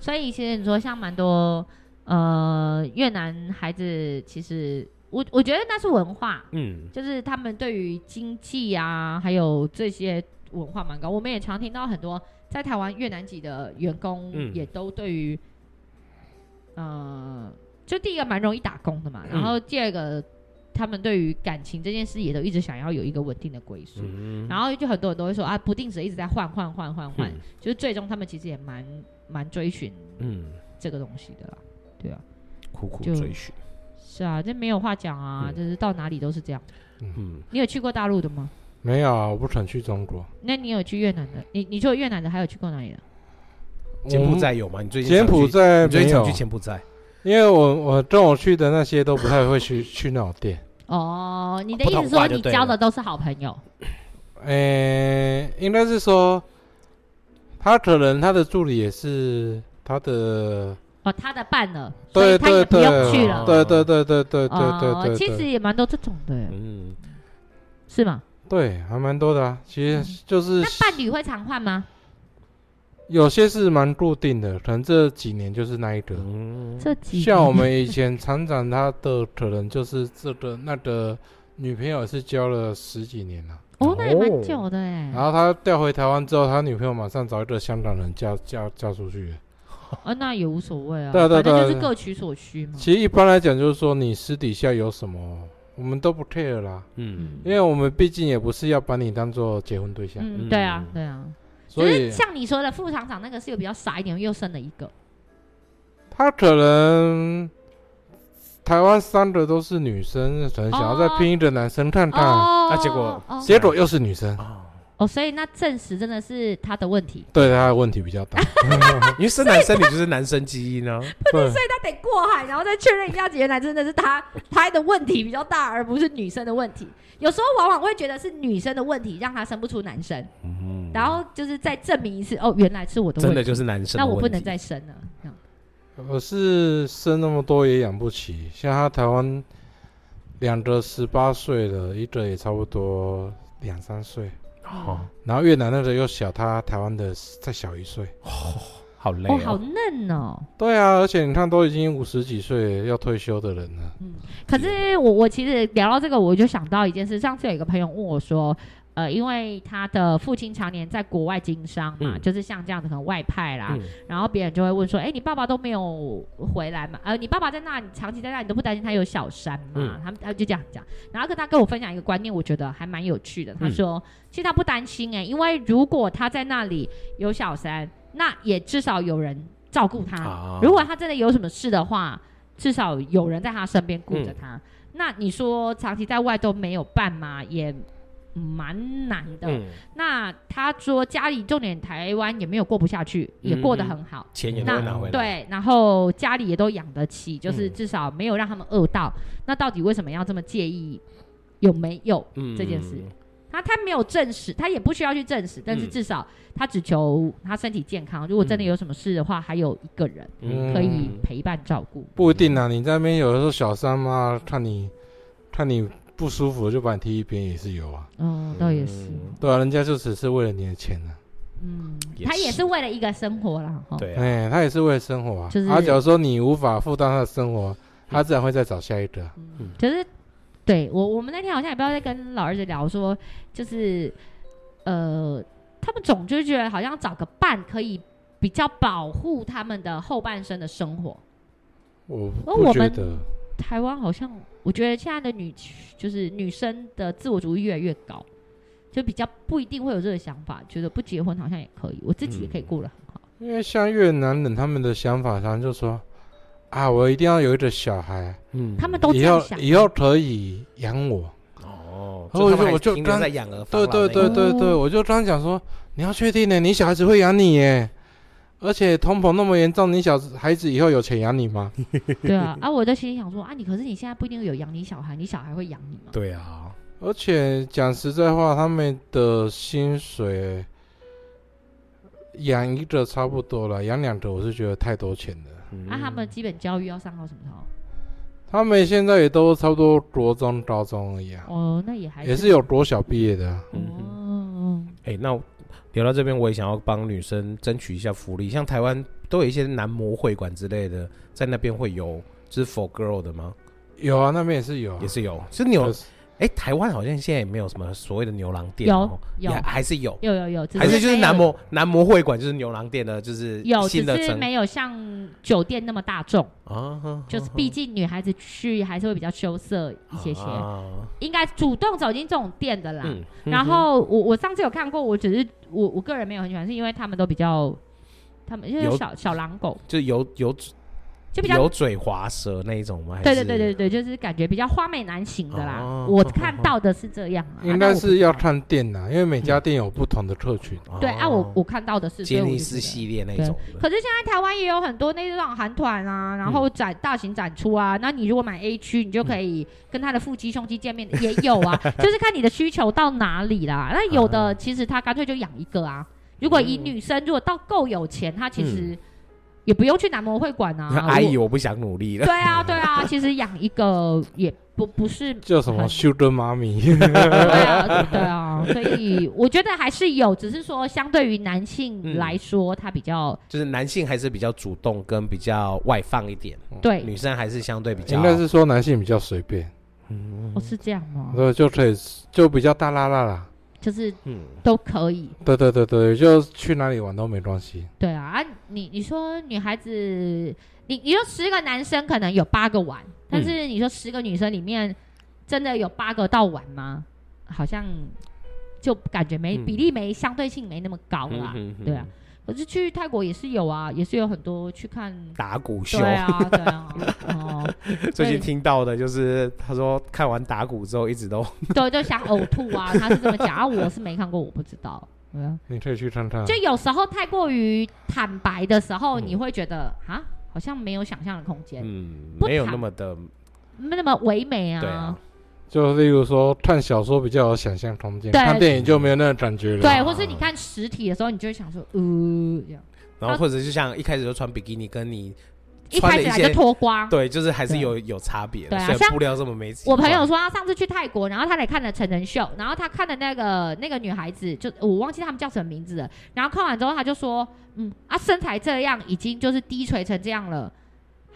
[SPEAKER 1] 所以其实你说像蛮多呃越南孩子，其实我我觉得那是文化，
[SPEAKER 2] 嗯，
[SPEAKER 1] 就是他们对于经济啊，还有这些文化蛮高。我们也常听到很多在台湾越南籍的员工
[SPEAKER 2] 嗯
[SPEAKER 1] 也都对于，呃，就第一个蛮容易打工的嘛，
[SPEAKER 2] 嗯
[SPEAKER 1] 然后第二个他们对于感情这件事也都一直想要有一个稳定的归宿。
[SPEAKER 2] 嗯
[SPEAKER 1] 然后就很多人都会说啊，不定时一直在换换换换换，
[SPEAKER 2] 嗯
[SPEAKER 1] 就是最终他们其实也蛮蛮追寻
[SPEAKER 2] 嗯，
[SPEAKER 1] 这个东西的啦，对啊，
[SPEAKER 2] 苦苦
[SPEAKER 1] 就
[SPEAKER 2] 追寻，
[SPEAKER 1] 是啊，这没有话讲啊，
[SPEAKER 2] 嗯
[SPEAKER 1] 就是到哪里都是这样。
[SPEAKER 2] 嗯，
[SPEAKER 1] 你有去过大陆的吗？
[SPEAKER 3] 没有啊，我不肯去中国。
[SPEAKER 1] 那你有去越南的？你你除了越南的，还有去过哪里的？
[SPEAKER 2] 柬埔
[SPEAKER 3] 我们
[SPEAKER 2] 寨有吗？你最近
[SPEAKER 3] 柬
[SPEAKER 2] 常去
[SPEAKER 3] 埔寨
[SPEAKER 2] 你最
[SPEAKER 3] 没
[SPEAKER 2] 近
[SPEAKER 3] 有
[SPEAKER 2] 想去，柬埔寨？
[SPEAKER 3] 因为我我跟我去的那些都不太会去 去那种店。
[SPEAKER 1] 哦，你的
[SPEAKER 2] 不
[SPEAKER 1] 意
[SPEAKER 2] 同
[SPEAKER 1] 思说
[SPEAKER 2] 挂就
[SPEAKER 1] 你
[SPEAKER 2] 对
[SPEAKER 1] 交
[SPEAKER 2] 了
[SPEAKER 1] 的都是好朋友？
[SPEAKER 3] 诶、呃应该是说，他可能他的助理也是他的，
[SPEAKER 1] 哦，他的伴了，所以
[SPEAKER 3] 对
[SPEAKER 1] 他也
[SPEAKER 3] 对
[SPEAKER 1] 不
[SPEAKER 3] 对，
[SPEAKER 1] 用去了。
[SPEAKER 3] 对对对对对对
[SPEAKER 1] 哦
[SPEAKER 3] 对对，
[SPEAKER 1] 其实也蛮多这种的，
[SPEAKER 2] 嗯，
[SPEAKER 1] 是吗？
[SPEAKER 3] 对还蛮多的、啊，其实就
[SPEAKER 1] 嗯
[SPEAKER 3] 是
[SPEAKER 1] 那伴侣会常换吗？
[SPEAKER 3] 有些是蛮固定的，可能这几年就是那一个。
[SPEAKER 2] 嗯
[SPEAKER 1] 这几
[SPEAKER 3] 像我
[SPEAKER 1] 年
[SPEAKER 3] 们以前厂长他的可能就是这个那个女朋友是交了十几年了、
[SPEAKER 1] 哦，那也蛮
[SPEAKER 2] 哦
[SPEAKER 1] 久的
[SPEAKER 3] 然
[SPEAKER 1] 哎。
[SPEAKER 3] 后他调回台湾之后，他女朋友马上找一个香港人嫁嫁嫁出去了。
[SPEAKER 1] 哦，那也无所谓啊，
[SPEAKER 3] 对对
[SPEAKER 1] 反正就
[SPEAKER 3] 对
[SPEAKER 1] 是各取所需嘛。
[SPEAKER 3] 其实一般来讲，就是说你私底下有什么，我们都不 care 啦，
[SPEAKER 2] 嗯
[SPEAKER 3] 因为我们毕竟也不是要把你当做结婚对象，
[SPEAKER 1] 嗯，
[SPEAKER 2] 嗯
[SPEAKER 1] 对啊，对啊。
[SPEAKER 3] 所
[SPEAKER 1] 就
[SPEAKER 3] 以
[SPEAKER 1] 是像你说的，副厂长那个是有比较傻一点，又生了一个。
[SPEAKER 3] 他可能台湾三个都是女生，可能想要再拼一个男生看看，
[SPEAKER 1] 哦，
[SPEAKER 2] 啊那结果
[SPEAKER 1] 哦
[SPEAKER 3] 结果又是女生，
[SPEAKER 2] 啊，
[SPEAKER 1] 哦，所以那证实真的是他的问题，
[SPEAKER 3] 对他的问题比 较大。
[SPEAKER 2] 因为生男生女就是男生基因啊，
[SPEAKER 3] 对，
[SPEAKER 1] 他得过海，然后再确认一下，原来真的是他 他的问题比较大，而不是女生的问题。有时候往往会觉得是女生的问题让他生不出男生，
[SPEAKER 2] 嗯，
[SPEAKER 1] 然后就是再证明一次，哦，原来是我的问
[SPEAKER 2] 真
[SPEAKER 1] 题，
[SPEAKER 2] 的就是男生
[SPEAKER 1] 那
[SPEAKER 2] 的问题，
[SPEAKER 1] 我不能再生了。这样
[SPEAKER 3] 我是生那么多也养不起，像他台湾两个十八岁的，一个也差不多两三岁。
[SPEAKER 2] 哦，
[SPEAKER 3] 然后越南那个又小他台湾的再小一岁。
[SPEAKER 2] 好累
[SPEAKER 1] 哦，好嫩哦。
[SPEAKER 3] 对啊，而且你看都已经五十几岁要退休的人了，
[SPEAKER 1] 可是我我其实聊到这个，我就想到一件事，上次有一个朋友问我说。呃，因为他的父亲常年在国外经商嘛，
[SPEAKER 2] 嗯
[SPEAKER 1] 就是像这样的可能外派啦，
[SPEAKER 2] 嗯
[SPEAKER 1] 然后别人就会问说：“哎，你爸爸都没有回来嘛？呃，你爸爸在那，你长期在那，你都不担心他有小三嘛？”
[SPEAKER 2] 嗯
[SPEAKER 1] 他们他就这样讲。然后跟他跟我分享一个观念，我觉得还蛮有趣的。他
[SPEAKER 2] 嗯
[SPEAKER 1] 说：“其实他不担心哎、因为如果他在那里有小三，那也至少有人照顾他。
[SPEAKER 2] 啊
[SPEAKER 1] 如果他真的有什么事的话，至少有人在他身边顾着
[SPEAKER 2] 嗯
[SPEAKER 1] 他。那你说长期在外都没有伴嘛，也蛮难的。
[SPEAKER 2] 嗯，
[SPEAKER 1] 那他说家里重点台湾也没有过不下去，
[SPEAKER 2] 嗯
[SPEAKER 1] 也过得很好。
[SPEAKER 2] 钱也都
[SPEAKER 1] 那
[SPEAKER 2] 会拿回来，，
[SPEAKER 1] 对，然后家里也都养得起，就是
[SPEAKER 2] 嗯
[SPEAKER 1] 至少没有让他们饿到。那到底为什么要这么介意有没有？
[SPEAKER 2] 嗯
[SPEAKER 1] 这件事他他没有证实，他也不需要去证实，但是
[SPEAKER 2] 嗯
[SPEAKER 1] 至少他只求他身体健康。如果真的有什么事的话，还有一个人
[SPEAKER 2] 嗯
[SPEAKER 1] 可以陪伴照顾。
[SPEAKER 3] 不一定啊。你在那边有的时候小三嘛，看你看你不舒服就把你踢一边也是有啊。
[SPEAKER 1] 哦，倒也是，
[SPEAKER 3] 对啊，人家就只是为了你的钱啊，
[SPEAKER 1] 嗯，
[SPEAKER 2] 嗯也
[SPEAKER 1] 他也
[SPEAKER 2] 是
[SPEAKER 1] 是为了一个生活啦，哈。
[SPEAKER 2] 对啊，
[SPEAKER 3] 哎、他也是为了生活啊。
[SPEAKER 1] 就是
[SPEAKER 3] 啊，假如说你无法负担他的生活，他自然会再找下一个啊。
[SPEAKER 1] 可是，对我我们那天好像也不知道在跟老儿子聊说，就是呃，他们总就觉得好像找个伴可以比较保护他们的后半生的生活。
[SPEAKER 3] 我
[SPEAKER 1] 而
[SPEAKER 3] 不
[SPEAKER 1] 我
[SPEAKER 3] 觉
[SPEAKER 1] 们
[SPEAKER 3] 得，
[SPEAKER 1] 台湾好像我觉得现在的女就是女生的自我主义越来越高，就比较不一定会有这个想法，觉得不结婚好像也可以，我自己也可以
[SPEAKER 2] 嗯
[SPEAKER 1] 过得很好。
[SPEAKER 3] 因为像越南人他们的想法，常常就说啊，我一定要有一个小孩，
[SPEAKER 2] 嗯
[SPEAKER 1] 他们都这
[SPEAKER 3] 以
[SPEAKER 1] 样
[SPEAKER 3] 后
[SPEAKER 1] 想，
[SPEAKER 3] 以后可以养我。
[SPEAKER 2] 哦，
[SPEAKER 3] 然
[SPEAKER 2] 他们
[SPEAKER 3] 后我就
[SPEAKER 2] 还
[SPEAKER 3] 我就
[SPEAKER 2] 停留
[SPEAKER 3] 刚
[SPEAKER 2] 在养儿防
[SPEAKER 3] 对
[SPEAKER 2] 老
[SPEAKER 3] 对
[SPEAKER 2] 那
[SPEAKER 3] 对
[SPEAKER 2] 一
[SPEAKER 3] 对对，
[SPEAKER 1] 哦
[SPEAKER 3] 我就刚讲说，你要确定呢，你小孩子会养你耶，而且通膨那么严重，你小孩子以后有钱养你吗？
[SPEAKER 1] 对啊，啊，我在心里想说啊，你可是你现在不一定有养你小孩，你小孩会养你吗？
[SPEAKER 2] 对啊，
[SPEAKER 3] 而且讲实在话，他们的薪水养一个差不多了，养两个我是觉得太多钱了。
[SPEAKER 2] 嗯
[SPEAKER 1] 啊，他们基本教育要上到什么时候？
[SPEAKER 3] 他们现在也都差不多国中、高中而已啊，
[SPEAKER 1] 哦，那也还
[SPEAKER 3] 也是有国小毕业的啊、
[SPEAKER 2] 嗯
[SPEAKER 1] 哦，
[SPEAKER 2] 哎、那我聊到这边，我也想要帮女生争取一下福利，像台湾都有一些男模会馆之类的，在那边会有，就是 for girl 的吗？
[SPEAKER 3] 有啊，那边也是有啊、
[SPEAKER 2] 也是有，是牛
[SPEAKER 3] 就
[SPEAKER 2] 哎
[SPEAKER 3] 是、
[SPEAKER 2] 台湾好像现在也没有什么所谓的牛郎店
[SPEAKER 1] 有
[SPEAKER 2] 哦，
[SPEAKER 1] 有
[SPEAKER 2] 也还是有，
[SPEAKER 1] 有有有，只
[SPEAKER 2] 还是就是
[SPEAKER 1] 没有
[SPEAKER 2] 男模男模会馆就是牛郎店的，就是
[SPEAKER 1] 有，只
[SPEAKER 2] 新的
[SPEAKER 1] 是
[SPEAKER 2] 层
[SPEAKER 1] 没有像酒店那么大 众，
[SPEAKER 2] 啊哈，
[SPEAKER 1] 就是毕竟女孩子去还是会比较羞涩一些些，
[SPEAKER 2] 啊
[SPEAKER 1] 应该主动走进这种店的啦。
[SPEAKER 2] 嗯，
[SPEAKER 1] 然后我我上次有看过，我只是我我个人没有很喜欢，是因为他们都比较，他们就是
[SPEAKER 2] 有
[SPEAKER 1] 小小狼狗，
[SPEAKER 2] 就有有
[SPEAKER 1] 就比较
[SPEAKER 2] 有嘴滑舌那一种吗？还
[SPEAKER 1] 对对
[SPEAKER 2] 是
[SPEAKER 1] 对对对，就是感觉比较花美男型的啦。
[SPEAKER 2] 哦
[SPEAKER 1] 我看到的是这样啦，
[SPEAKER 3] 应
[SPEAKER 1] 啊那
[SPEAKER 3] 该
[SPEAKER 1] 我
[SPEAKER 3] 是要看店
[SPEAKER 1] 啊
[SPEAKER 3] 呐、因为每家店有不同的客群。
[SPEAKER 2] 哦
[SPEAKER 1] 对啊，我我看到的是
[SPEAKER 2] 杰
[SPEAKER 1] 所以我
[SPEAKER 2] 尼
[SPEAKER 1] 就觉
[SPEAKER 2] 斯
[SPEAKER 1] 得
[SPEAKER 2] 系列那
[SPEAKER 1] 对
[SPEAKER 2] 种的，
[SPEAKER 1] 可是现在台湾也有很多那种韩团啊，然后展、大型展出啊，那你如果买 A 区，你就
[SPEAKER 2] 嗯
[SPEAKER 1] 可以跟他的腹肌、胸肌见面，也有 啊，就是看你的需求到哪里啦。那有
[SPEAKER 2] 嗯
[SPEAKER 1] 的其实他干脆就养一个啊。如果以女生，如果到够有钱，她其
[SPEAKER 2] 嗯
[SPEAKER 1] 实也不用去男模会馆啊。
[SPEAKER 2] 那 阿姨
[SPEAKER 1] 我
[SPEAKER 2] 我不想努力了
[SPEAKER 1] 对。啊，对啊，其实养一个也不不 是
[SPEAKER 3] 叫 什么
[SPEAKER 1] 很
[SPEAKER 3] Sugar 妈咪？
[SPEAKER 1] 对啊，对啊，所以我觉得还是有，只是说相对于男性
[SPEAKER 2] 嗯
[SPEAKER 1] 来说，他比较
[SPEAKER 2] 就是男性还是比较主动跟比较外放一点，
[SPEAKER 1] 对，
[SPEAKER 2] 女生还是相对比较嗯
[SPEAKER 3] 应哎该是说男性比较随便，
[SPEAKER 1] 哦是这样吗？
[SPEAKER 3] 所以就可以就比较大拉拉啦。
[SPEAKER 1] 就是
[SPEAKER 2] 嗯
[SPEAKER 1] 都可以。
[SPEAKER 3] 对对对对，就去哪里玩都没关系。
[SPEAKER 1] 对啊，啊，你你说女孩子，你你说十个男生可能有八个玩，但是你说十个女生里面真的有八个到玩吗？好像就感觉没、
[SPEAKER 2] 嗯
[SPEAKER 1] 比例没相对性没那么高啦。
[SPEAKER 2] 嗯
[SPEAKER 1] 对啊，可是去泰国也是有啊，也是有很多去 看。
[SPEAKER 2] 打鼓秀
[SPEAKER 1] 对， 啊，对啊，哦，
[SPEAKER 2] 最近听到的就是他说看完打鼓之后一直都
[SPEAKER 1] 对，就想呕吐啊，他是这么讲啊，我是没看过，我不知道。对啊，
[SPEAKER 3] 你可以去看看
[SPEAKER 1] 就。有时候太过于坦白的时候，
[SPEAKER 2] 嗯
[SPEAKER 1] 你会觉得啊，好像没有想象的空间，
[SPEAKER 2] 嗯
[SPEAKER 1] 不
[SPEAKER 2] 没有
[SPEAKER 1] 谈
[SPEAKER 2] 那么的
[SPEAKER 1] 那么唯美
[SPEAKER 2] 对啊
[SPEAKER 1] 啊，，
[SPEAKER 3] 就例如说看小说比较有想象空间，
[SPEAKER 1] 对
[SPEAKER 3] 看电影就没有那个感觉了。
[SPEAKER 1] 对，或是你看实体的时候，你就会想说，呃，这样
[SPEAKER 2] 然后
[SPEAKER 1] 啊
[SPEAKER 2] 或者就像一开始就穿比基尼，跟你
[SPEAKER 1] 一
[SPEAKER 2] 穿
[SPEAKER 1] 开
[SPEAKER 2] 了
[SPEAKER 1] 始
[SPEAKER 2] 一
[SPEAKER 1] 来就
[SPEAKER 2] 些
[SPEAKER 1] 脱光。
[SPEAKER 2] 对，就是还是
[SPEAKER 1] 对
[SPEAKER 2] 有有差别的
[SPEAKER 1] 对，啊
[SPEAKER 2] 虽然
[SPEAKER 1] 像
[SPEAKER 2] 布料这么没习
[SPEAKER 1] 我朋友
[SPEAKER 2] 惯
[SPEAKER 1] 说，他啊上次去泰国，然后他来看了成人秀，然后他看的那个那个女孩子，就我忘记他们叫什么名字了。然后看完之后，他就说，嗯，啊，身材这样已经就是低垂成这样了，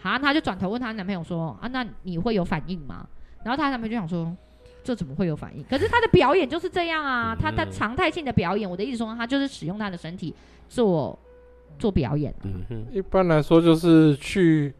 [SPEAKER 1] 啊，他就转头问她男朋友说，啊，那你会有反应吗？然后她男朋友就想说，这怎么会有反应？可是她的表演就是这样啊，她她
[SPEAKER 2] 嗯
[SPEAKER 1] 常态性的表演，我的意思说，她就是使用她的身体做做表演。
[SPEAKER 2] 嗯哼，
[SPEAKER 3] 一般来说就是去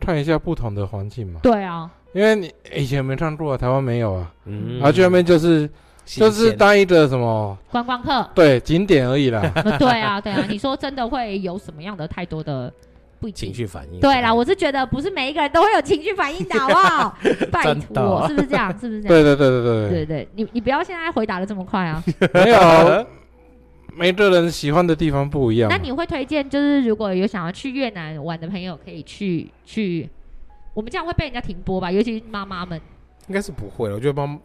[SPEAKER 3] 看一下不同的环境嘛，
[SPEAKER 1] 对啊，
[SPEAKER 3] 因为你以前没看过啊，台湾没有啊，
[SPEAKER 2] 嗯
[SPEAKER 3] 然后去那边就是就
[SPEAKER 2] 新
[SPEAKER 3] 是
[SPEAKER 2] 鲜
[SPEAKER 3] 当一个什么
[SPEAKER 1] 观光客，
[SPEAKER 3] 对景点而 已啦。
[SPEAKER 1] 呃对啊，对啊，你说真的会有什么样的太多的不一定
[SPEAKER 2] 情绪反应
[SPEAKER 1] 对啦，我是觉得不是每一个人都会有情绪反应的，好不 好？拜
[SPEAKER 2] 真的哦
[SPEAKER 1] 托，是不是这样？是不是这样？
[SPEAKER 3] 对对对对
[SPEAKER 1] 对对，你你不要现在回答的这么快啊。
[SPEAKER 3] 没有，每个人喜欢的地方不一样嘛。
[SPEAKER 1] 那你会推荐，就是如果有想要去越南玩的朋友，可以去去。我们这样会被人家停播吧？尤其是妈妈们，
[SPEAKER 2] 应该是不会了，我觉得妈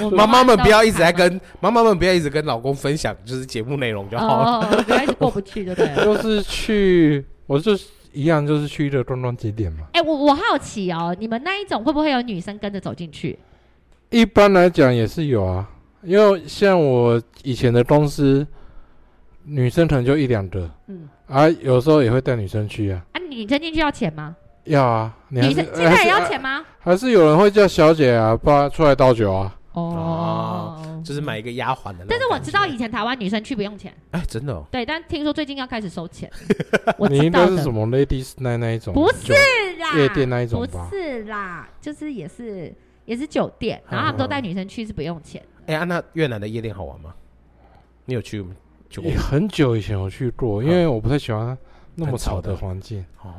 [SPEAKER 1] 我
[SPEAKER 2] 妈妈们不要一直在
[SPEAKER 1] 都看
[SPEAKER 2] 跟妈妈们不要一直跟老公分享就是节目内容 就
[SPEAKER 1] 嘛
[SPEAKER 2] 好了。
[SPEAKER 1] 哦，哦哦不要一直过不去，对不对了？
[SPEAKER 3] 就是去，我就是一样，就是去一个观光景点嘛。
[SPEAKER 1] 哎，我我好奇哦，你们那一种会不会有女生跟着走进去？
[SPEAKER 3] 一般来讲也是有啊，因为像我以前的公司，女生可能就一两个，
[SPEAKER 1] 嗯，
[SPEAKER 3] 啊，有时候也会带女生去啊。
[SPEAKER 1] 啊，女生进去要钱吗？
[SPEAKER 3] 要啊，你还
[SPEAKER 1] 女
[SPEAKER 3] 是
[SPEAKER 1] 生现在
[SPEAKER 2] 呃
[SPEAKER 1] 也要
[SPEAKER 3] 还是
[SPEAKER 1] 钱吗？
[SPEAKER 3] 还是有人会叫小姐啊，不然出来倒酒啊。
[SPEAKER 1] 哦
[SPEAKER 2] 哦，就是买一个丫鬟的那种感觉。
[SPEAKER 1] 但是我知道以前台湾女生去不用钱，
[SPEAKER 2] 哎，真的哦，
[SPEAKER 1] 对，但听说最近要开始收钱，我
[SPEAKER 3] 你
[SPEAKER 1] 知
[SPEAKER 3] 应该
[SPEAKER 1] 道
[SPEAKER 3] 是
[SPEAKER 1] 的
[SPEAKER 3] 什。么 ladies night 那一种？
[SPEAKER 1] 不是
[SPEAKER 3] 酒
[SPEAKER 1] 啦，
[SPEAKER 3] 夜店那一种吧
[SPEAKER 1] 不是啦，就是也是也是酒店，然后他们都带女生去是不用钱。
[SPEAKER 2] 哎、啊，那越南的夜店好玩吗？你有去吗？去过
[SPEAKER 3] 也
[SPEAKER 2] 吗
[SPEAKER 3] 很久以前有去过，因为我不太喜欢那么吵的环境。
[SPEAKER 2] 哦，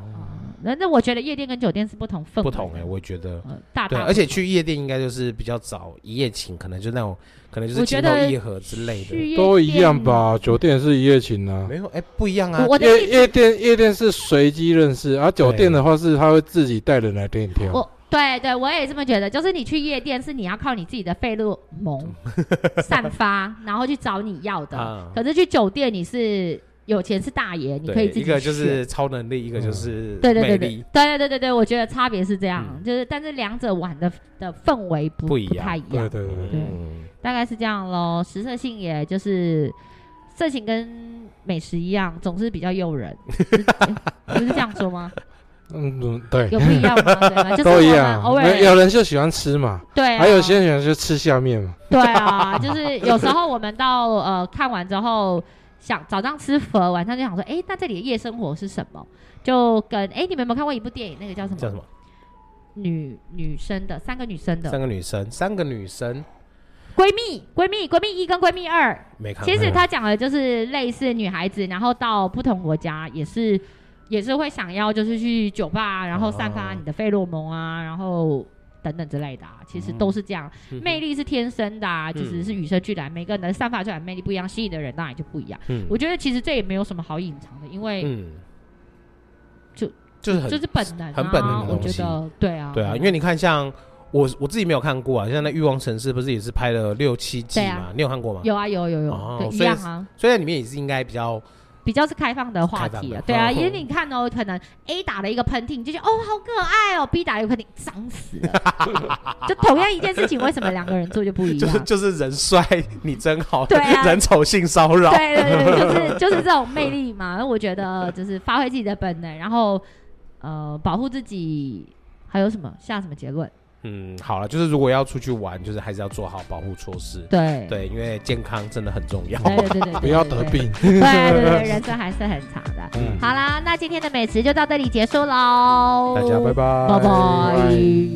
[SPEAKER 1] 那那我觉得夜店跟酒店是不同氛围，
[SPEAKER 2] 不同哎、我觉得。
[SPEAKER 1] 呃，大
[SPEAKER 2] 对，
[SPEAKER 1] 大
[SPEAKER 2] 而且去夜店应该就是比较早一夜情，可能就那种，可能就
[SPEAKER 1] 我
[SPEAKER 2] 是
[SPEAKER 1] 觉
[SPEAKER 2] 情投
[SPEAKER 1] 得
[SPEAKER 2] 意合之类的。
[SPEAKER 1] 去夜
[SPEAKER 3] 都一样
[SPEAKER 1] 店
[SPEAKER 3] 吧，酒店是一夜情啊。
[SPEAKER 2] 没有，哎、不一样啊
[SPEAKER 1] 我。我的
[SPEAKER 3] 夜
[SPEAKER 1] 意
[SPEAKER 3] 夜店夜店是随机认识，而、酒店的话是他会自己带人来给你挑。
[SPEAKER 1] 我对对，我也这么觉得。就是你去夜店，是你要靠你自己的费洛蒙散发，然后去找你要的。
[SPEAKER 2] 啊
[SPEAKER 1] 可是去酒店，你是有钱是大爷，你可
[SPEAKER 2] 对，
[SPEAKER 1] 以自己
[SPEAKER 2] 一个就
[SPEAKER 1] 选
[SPEAKER 2] 是超能力，一个就是
[SPEAKER 1] 对对对
[SPEAKER 2] 魅
[SPEAKER 1] 对
[SPEAKER 2] 力，
[SPEAKER 1] 对对对对对，我觉得差别是这样，
[SPEAKER 3] 嗯
[SPEAKER 1] 就是但是两者玩的的氛围不
[SPEAKER 2] 不一样
[SPEAKER 1] 太一
[SPEAKER 3] 对
[SPEAKER 1] 样，
[SPEAKER 3] 对对对，
[SPEAKER 2] 嗯，
[SPEAKER 1] 大概是这样咯。食色性也就是色情跟美食一样，总是比较诱 人，是不是这样说吗？
[SPEAKER 3] 嗯嗯对，
[SPEAKER 1] 有不一样吗？对吧？就是
[SPEAKER 3] 都
[SPEAKER 1] 我
[SPEAKER 3] 一
[SPEAKER 1] 们
[SPEAKER 3] 样。啊
[SPEAKER 1] 偶
[SPEAKER 3] 没
[SPEAKER 1] 尔
[SPEAKER 3] 有人就喜欢吃嘛，
[SPEAKER 1] 对、啊，
[SPEAKER 3] 还有些人喜欢就吃下面嘛。
[SPEAKER 1] 对啊，就是有时候我们到呃看完之后，想早上吃佛，晚上就想说，哎，那这里的夜生活是什么？就跟哎，你们有没有看过一部电影？那个叫什么？
[SPEAKER 2] 叫什么？
[SPEAKER 1] 女女生的三个女生
[SPEAKER 2] 三
[SPEAKER 1] 的
[SPEAKER 2] 个女生，三个女生
[SPEAKER 1] 闺蜜，闺蜜，闺蜜一跟闺蜜二。
[SPEAKER 2] 没看过。
[SPEAKER 1] 其实她讲的就是类似女孩子，然后到不同国家也是。也是会想要，就是去酒吧，然后散发
[SPEAKER 2] 哦
[SPEAKER 1] 你的费洛蒙啊，然后等等之类的、啊，其实都是这样。
[SPEAKER 2] 嗯
[SPEAKER 1] 魅力是天生的、啊，就是是与生俱来，每个人的散发出来的魅力不一样，吸引的人当然就不一样。
[SPEAKER 2] 嗯
[SPEAKER 1] 我觉得其实这也没有什么好隐藏的，因为
[SPEAKER 2] 嗯，
[SPEAKER 1] 哎就
[SPEAKER 2] 就是很
[SPEAKER 1] 就是本能、啊，
[SPEAKER 2] 很本能
[SPEAKER 3] 的
[SPEAKER 1] 我
[SPEAKER 2] 东
[SPEAKER 1] 觉
[SPEAKER 2] 西
[SPEAKER 1] 得对啊，
[SPEAKER 2] 对啊，因为你看像。我我自己没有看过啊，像那《欲望城市》不是也是拍了六七季
[SPEAKER 1] 对
[SPEAKER 2] 嘛？
[SPEAKER 1] 啊
[SPEAKER 2] 你有看过吗？
[SPEAKER 1] 有啊有有有，
[SPEAKER 2] 哦
[SPEAKER 1] 对，一
[SPEAKER 2] 所以
[SPEAKER 1] 样啊，
[SPEAKER 2] 所以在里面也是应该比较
[SPEAKER 1] 比较是开放的话
[SPEAKER 2] 开放
[SPEAKER 1] 题
[SPEAKER 2] 的
[SPEAKER 1] 啊，对啊，
[SPEAKER 2] 哦
[SPEAKER 1] 因为你看哦，可能 A 打了一个喷嚏，你就觉得哦好可爱哦，B 打了一个喷嚏，脏死了， 就同样一件事情，为什么两个人做就不一
[SPEAKER 2] 就是
[SPEAKER 1] 样？
[SPEAKER 2] 就是人帅 你真好，
[SPEAKER 1] 对啊
[SPEAKER 2] 人丑性骚扰，
[SPEAKER 1] 对对对，就是就是这种魅力嘛。那我觉得就是发挥自己的本能，然后呃保护自己，还有什么下什么结论？
[SPEAKER 2] 嗯，好了，就是如果要出去玩，就是还是要做好保护措施，
[SPEAKER 1] 对
[SPEAKER 2] 对，因为健康真的很重要。
[SPEAKER 1] 对对对对对，
[SPEAKER 3] 不要得病。
[SPEAKER 1] 对。对对对，人生还是很长的。
[SPEAKER 2] 嗯
[SPEAKER 1] 好啦，那今天的美食就到这里结束喽，
[SPEAKER 2] 大家拜
[SPEAKER 3] 拜
[SPEAKER 1] 拜拜。